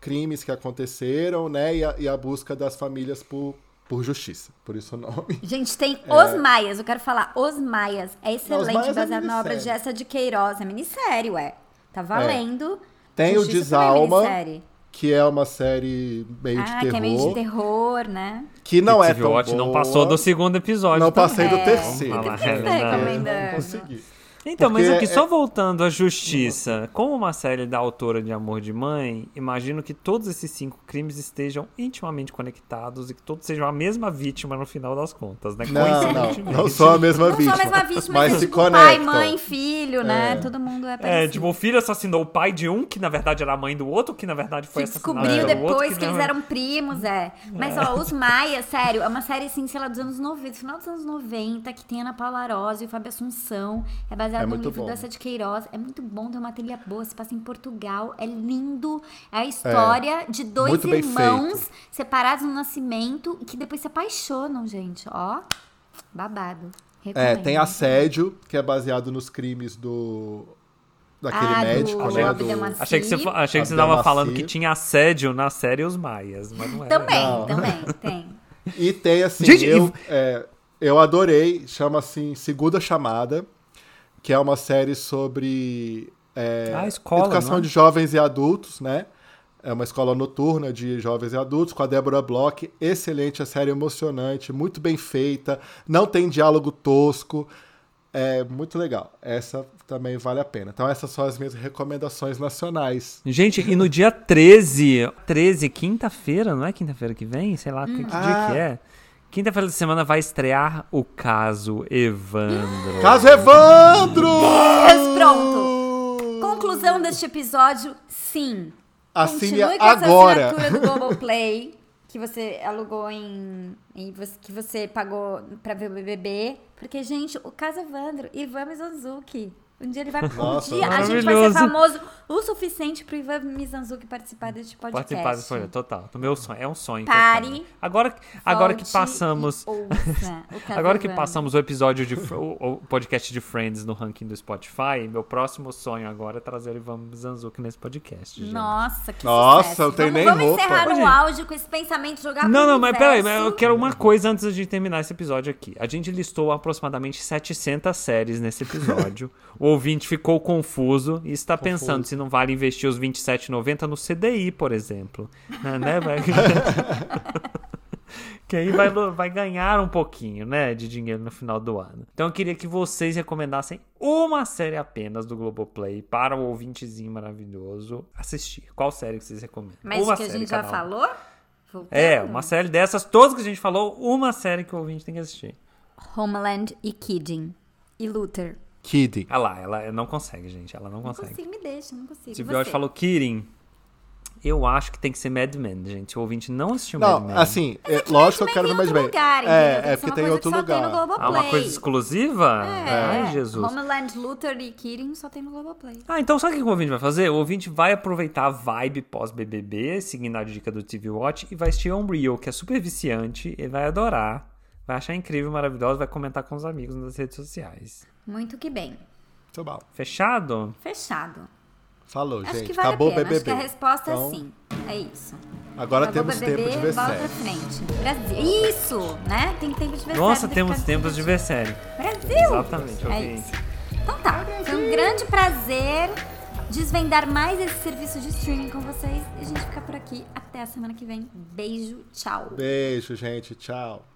[SPEAKER 3] crimes que aconteceram, né? E a, e a busca das famílias por, por justiça. Por isso o nome. (laughs)
[SPEAKER 2] Gente, tem Os Maias, eu quero falar. Os Maias é excelente,
[SPEAKER 3] É. Maias é
[SPEAKER 2] baseado na obra de
[SPEAKER 3] minissérie. É.
[SPEAKER 2] Essa de Queiroz. É minissérie, ué. Tá valendo.
[SPEAKER 3] Tem o
[SPEAKER 2] Justiça também é
[SPEAKER 3] Desalma,
[SPEAKER 2] minissérie.
[SPEAKER 3] Que é uma série meio de
[SPEAKER 2] Ah,
[SPEAKER 3] terror.
[SPEAKER 2] que é meio de terror, né?
[SPEAKER 3] que não é
[SPEAKER 1] Steve
[SPEAKER 3] tão
[SPEAKER 1] Watch
[SPEAKER 3] boa.
[SPEAKER 1] não passou do segundo episódio.
[SPEAKER 3] Não
[SPEAKER 1] também.
[SPEAKER 3] passei do
[SPEAKER 2] É,
[SPEAKER 3] terceiro.
[SPEAKER 1] vamos falar a
[SPEAKER 2] Terceiro
[SPEAKER 1] verdade.
[SPEAKER 2] também. recomendando.
[SPEAKER 3] É, Não consegui.
[SPEAKER 1] Então, mas
[SPEAKER 3] Porque
[SPEAKER 1] aqui,
[SPEAKER 3] é-
[SPEAKER 1] só voltando à justiça, como uma série da autora de Amor de Mãe, imagino que todos esses cinco crimes estejam intimamente conectados e que todos sejam a mesma vítima no final das contas, né?
[SPEAKER 3] Não, não,
[SPEAKER 1] Coincidentemente.
[SPEAKER 3] não sou a mesma
[SPEAKER 2] Não
[SPEAKER 3] vítima.
[SPEAKER 2] só a mesma vítima,
[SPEAKER 3] mas
[SPEAKER 2] mas
[SPEAKER 3] se
[SPEAKER 2] tipo, pai,
[SPEAKER 3] conectam.
[SPEAKER 2] mãe, filho, né? Todo mundo é
[SPEAKER 1] É,
[SPEAKER 2] parecido.
[SPEAKER 1] tipo, o filho assassinou o pai de um, que na verdade era a mãe do outro, que na verdade foi
[SPEAKER 2] se
[SPEAKER 1] assassinado
[SPEAKER 2] descobriu
[SPEAKER 1] pelo outro,
[SPEAKER 2] depois que,
[SPEAKER 1] na
[SPEAKER 2] eles
[SPEAKER 1] verdade-
[SPEAKER 2] eram primos, é. Mas, ó, Os Maia, sério, é uma série, assim, sei lá, dos anos 90, final dos anos 90, que tem Ana Paula Arósio e Fábio Assunção. É baseado
[SPEAKER 3] É
[SPEAKER 2] num
[SPEAKER 3] muito
[SPEAKER 2] livro
[SPEAKER 3] bom.
[SPEAKER 2] da de Queiroz. É muito bom, tem uma trilha boa, se passa em Portugal, é lindo. É a história de dois
[SPEAKER 3] muito bem
[SPEAKER 2] irmãos separados no nascimento e que depois se apaixonam, gente. Ó, babado.
[SPEAKER 3] É,
[SPEAKER 2] Recomendo.
[SPEAKER 3] tem assédio, que é baseado nos crimes do. Daquele
[SPEAKER 2] Ah, do
[SPEAKER 3] médico, né?
[SPEAKER 2] Abdel Maci.
[SPEAKER 1] Achei que você, fa- achei que você
[SPEAKER 3] Abdel
[SPEAKER 1] tava
[SPEAKER 3] Maci.
[SPEAKER 1] falando que tinha assédio na série Os Maias, mas não era.
[SPEAKER 2] Também,
[SPEAKER 3] Não.
[SPEAKER 2] também, tem.
[SPEAKER 3] E tem assim,
[SPEAKER 1] Gente,
[SPEAKER 3] eu,
[SPEAKER 1] e-
[SPEAKER 3] é, eu adorei, chama assim Segunda Chamada, que é uma série sobre é,
[SPEAKER 1] Ah, escola,
[SPEAKER 3] educação
[SPEAKER 1] não é?
[SPEAKER 3] de jovens e adultos, né? É uma escola noturna de jovens e adultos, com a Débora Bloch. Excelente, a série emocionante, muito bem feita, não tem diálogo tosco. É muito legal. Essa também vale a pena. Então, essas são as minhas recomendações nacionais.
[SPEAKER 1] Gente, e no dia 13, 13, quinta-feira, não é quinta-feira que vem? Sei
[SPEAKER 2] Hum.
[SPEAKER 1] lá que, que dia
[SPEAKER 3] Ah.
[SPEAKER 1] que é. Quinta-feira da semana vai estrear o caso Evandro.
[SPEAKER 3] Caso Evandro!
[SPEAKER 2] Deus, pronto. Conclusão deste episódio, sim.
[SPEAKER 3] Assine
[SPEAKER 2] Continue com
[SPEAKER 3] agora.
[SPEAKER 2] essa
[SPEAKER 3] (laughs)
[SPEAKER 2] assinatura do Globoplay, que você alugou em, em você- que você pagou pra ver o BBB, porque gente, o caso Evandro, Ivan Mizanzuki. Um dia ele vai
[SPEAKER 3] Nossa,
[SPEAKER 2] um dia a gente vai ser
[SPEAKER 1] maravilhoso.
[SPEAKER 2] famoso o suficiente pro Ivan Mizanzuki participar deste Ah, podcast.
[SPEAKER 1] Participar desse projeto, total. No meu sonho, é um sonho. que eu
[SPEAKER 2] Pare,
[SPEAKER 1] tenho. Agora, agora que
[SPEAKER 2] Volte
[SPEAKER 1] passamos,
[SPEAKER 2] e
[SPEAKER 1] (laughs)
[SPEAKER 2] ouça o caso
[SPEAKER 1] agora que
[SPEAKER 2] Evandro.
[SPEAKER 1] passamos o episódio de Fr- o, o podcast de Friends no ranking do Spotify, meu próximo sonho agora é trazer o Ivan Zanzuki nesse podcast. gente.
[SPEAKER 2] Nossa, que
[SPEAKER 3] Nossa,
[SPEAKER 2] sucesso.
[SPEAKER 3] não tem
[SPEAKER 2] vamos,
[SPEAKER 3] nem
[SPEAKER 2] vamos
[SPEAKER 3] roupa.
[SPEAKER 2] encerrar
[SPEAKER 1] Ô,
[SPEAKER 2] no
[SPEAKER 1] gente.
[SPEAKER 2] áudio com esse pensamento jogar
[SPEAKER 1] Não,
[SPEAKER 2] pro
[SPEAKER 1] não, mas peraí, mas
[SPEAKER 2] universo.
[SPEAKER 1] eu quero uma coisa
[SPEAKER 2] (laughs)
[SPEAKER 1] antes da gente terminar esse episódio aqui. A gente listou aproximadamente 700 séries nesse episódio. o ouvinte ficou confuso e está confuso. pensando se não vale investir os 27,90 no CDI, por exemplo. né? Vai... que aí vai, vai ganhar um pouquinho, né, de dinheiro no final do ano. Então eu queria que vocês recomendassem uma série apenas do Globoplay para o um ouvintezinho maravilhoso assistir. Qual série que vocês recomendam?
[SPEAKER 2] Mas
[SPEAKER 1] uma
[SPEAKER 2] que a gente já
[SPEAKER 1] um.
[SPEAKER 2] falou?
[SPEAKER 1] Voltando. É, uma série dessas, todas que a gente falou, uma série que o ouvinte tem que assistir.
[SPEAKER 2] Homeland e Kidding. E Luther.
[SPEAKER 3] Kidding.
[SPEAKER 1] Ah lá, ela não consegue, gente. Ela não consegue.
[SPEAKER 2] Não consigo, me deixa, não consigo.
[SPEAKER 1] Se Biote falou Kidding, eu acho que tem que ser Mad Men, gente. O ouvinte não assistiu
[SPEAKER 3] não,
[SPEAKER 1] Mad Men.
[SPEAKER 3] assim, é, lógico que eu quero ver Mad Men.
[SPEAKER 2] Lugar,
[SPEAKER 3] é,
[SPEAKER 2] entendeu?
[SPEAKER 3] é porque tem
[SPEAKER 2] uma coisa
[SPEAKER 3] outro
[SPEAKER 2] que só
[SPEAKER 3] lugar.
[SPEAKER 2] Tem no Globoplay.
[SPEAKER 1] Ah, uma coisa exclusiva?
[SPEAKER 2] É.
[SPEAKER 1] Ai, Jesus.
[SPEAKER 2] Homeland, Luther e Kidding só tem no Globoplay.
[SPEAKER 1] Ah, então sabe o que o ouvinte vai fazer? O ouvinte vai aproveitar a vibe pós-BBB, seguindo a dica do TV Watch, e vai assistir Unreal, que é super viciante, ele vai adorar. Vai achar incrível, maravilhoso, vai comentar com os amigos nas redes sociais.
[SPEAKER 2] Muito que bem.
[SPEAKER 3] Tá bom.
[SPEAKER 1] Fechado?
[SPEAKER 2] Fechado.
[SPEAKER 3] Falou,
[SPEAKER 2] Acho que
[SPEAKER 3] gente.
[SPEAKER 2] vale
[SPEAKER 3] Acabou o
[SPEAKER 2] a pena.
[SPEAKER 3] BBB.
[SPEAKER 2] Acho que a resposta
[SPEAKER 3] Então,
[SPEAKER 2] é sim. É isso.
[SPEAKER 3] Agora
[SPEAKER 2] Acabou
[SPEAKER 3] temos
[SPEAKER 2] o BBB,
[SPEAKER 3] tempo de ver
[SPEAKER 2] bola
[SPEAKER 3] série.
[SPEAKER 2] pra frente. Brasil. Isso, né? Tem tempo de ver
[SPEAKER 1] Nossa,
[SPEAKER 2] série, tem
[SPEAKER 1] temos
[SPEAKER 2] que ficar
[SPEAKER 1] tempos de ver série.
[SPEAKER 2] Brasil!
[SPEAKER 1] Exatamente,
[SPEAKER 2] É
[SPEAKER 1] ok.
[SPEAKER 2] isso. Então tá, foi um grande prazer desvendar mais esse serviço de streaming com vocês. E a gente fica por aqui. Até a semana que vem. Beijo, tchau.
[SPEAKER 3] Beijo, gente. Tchau.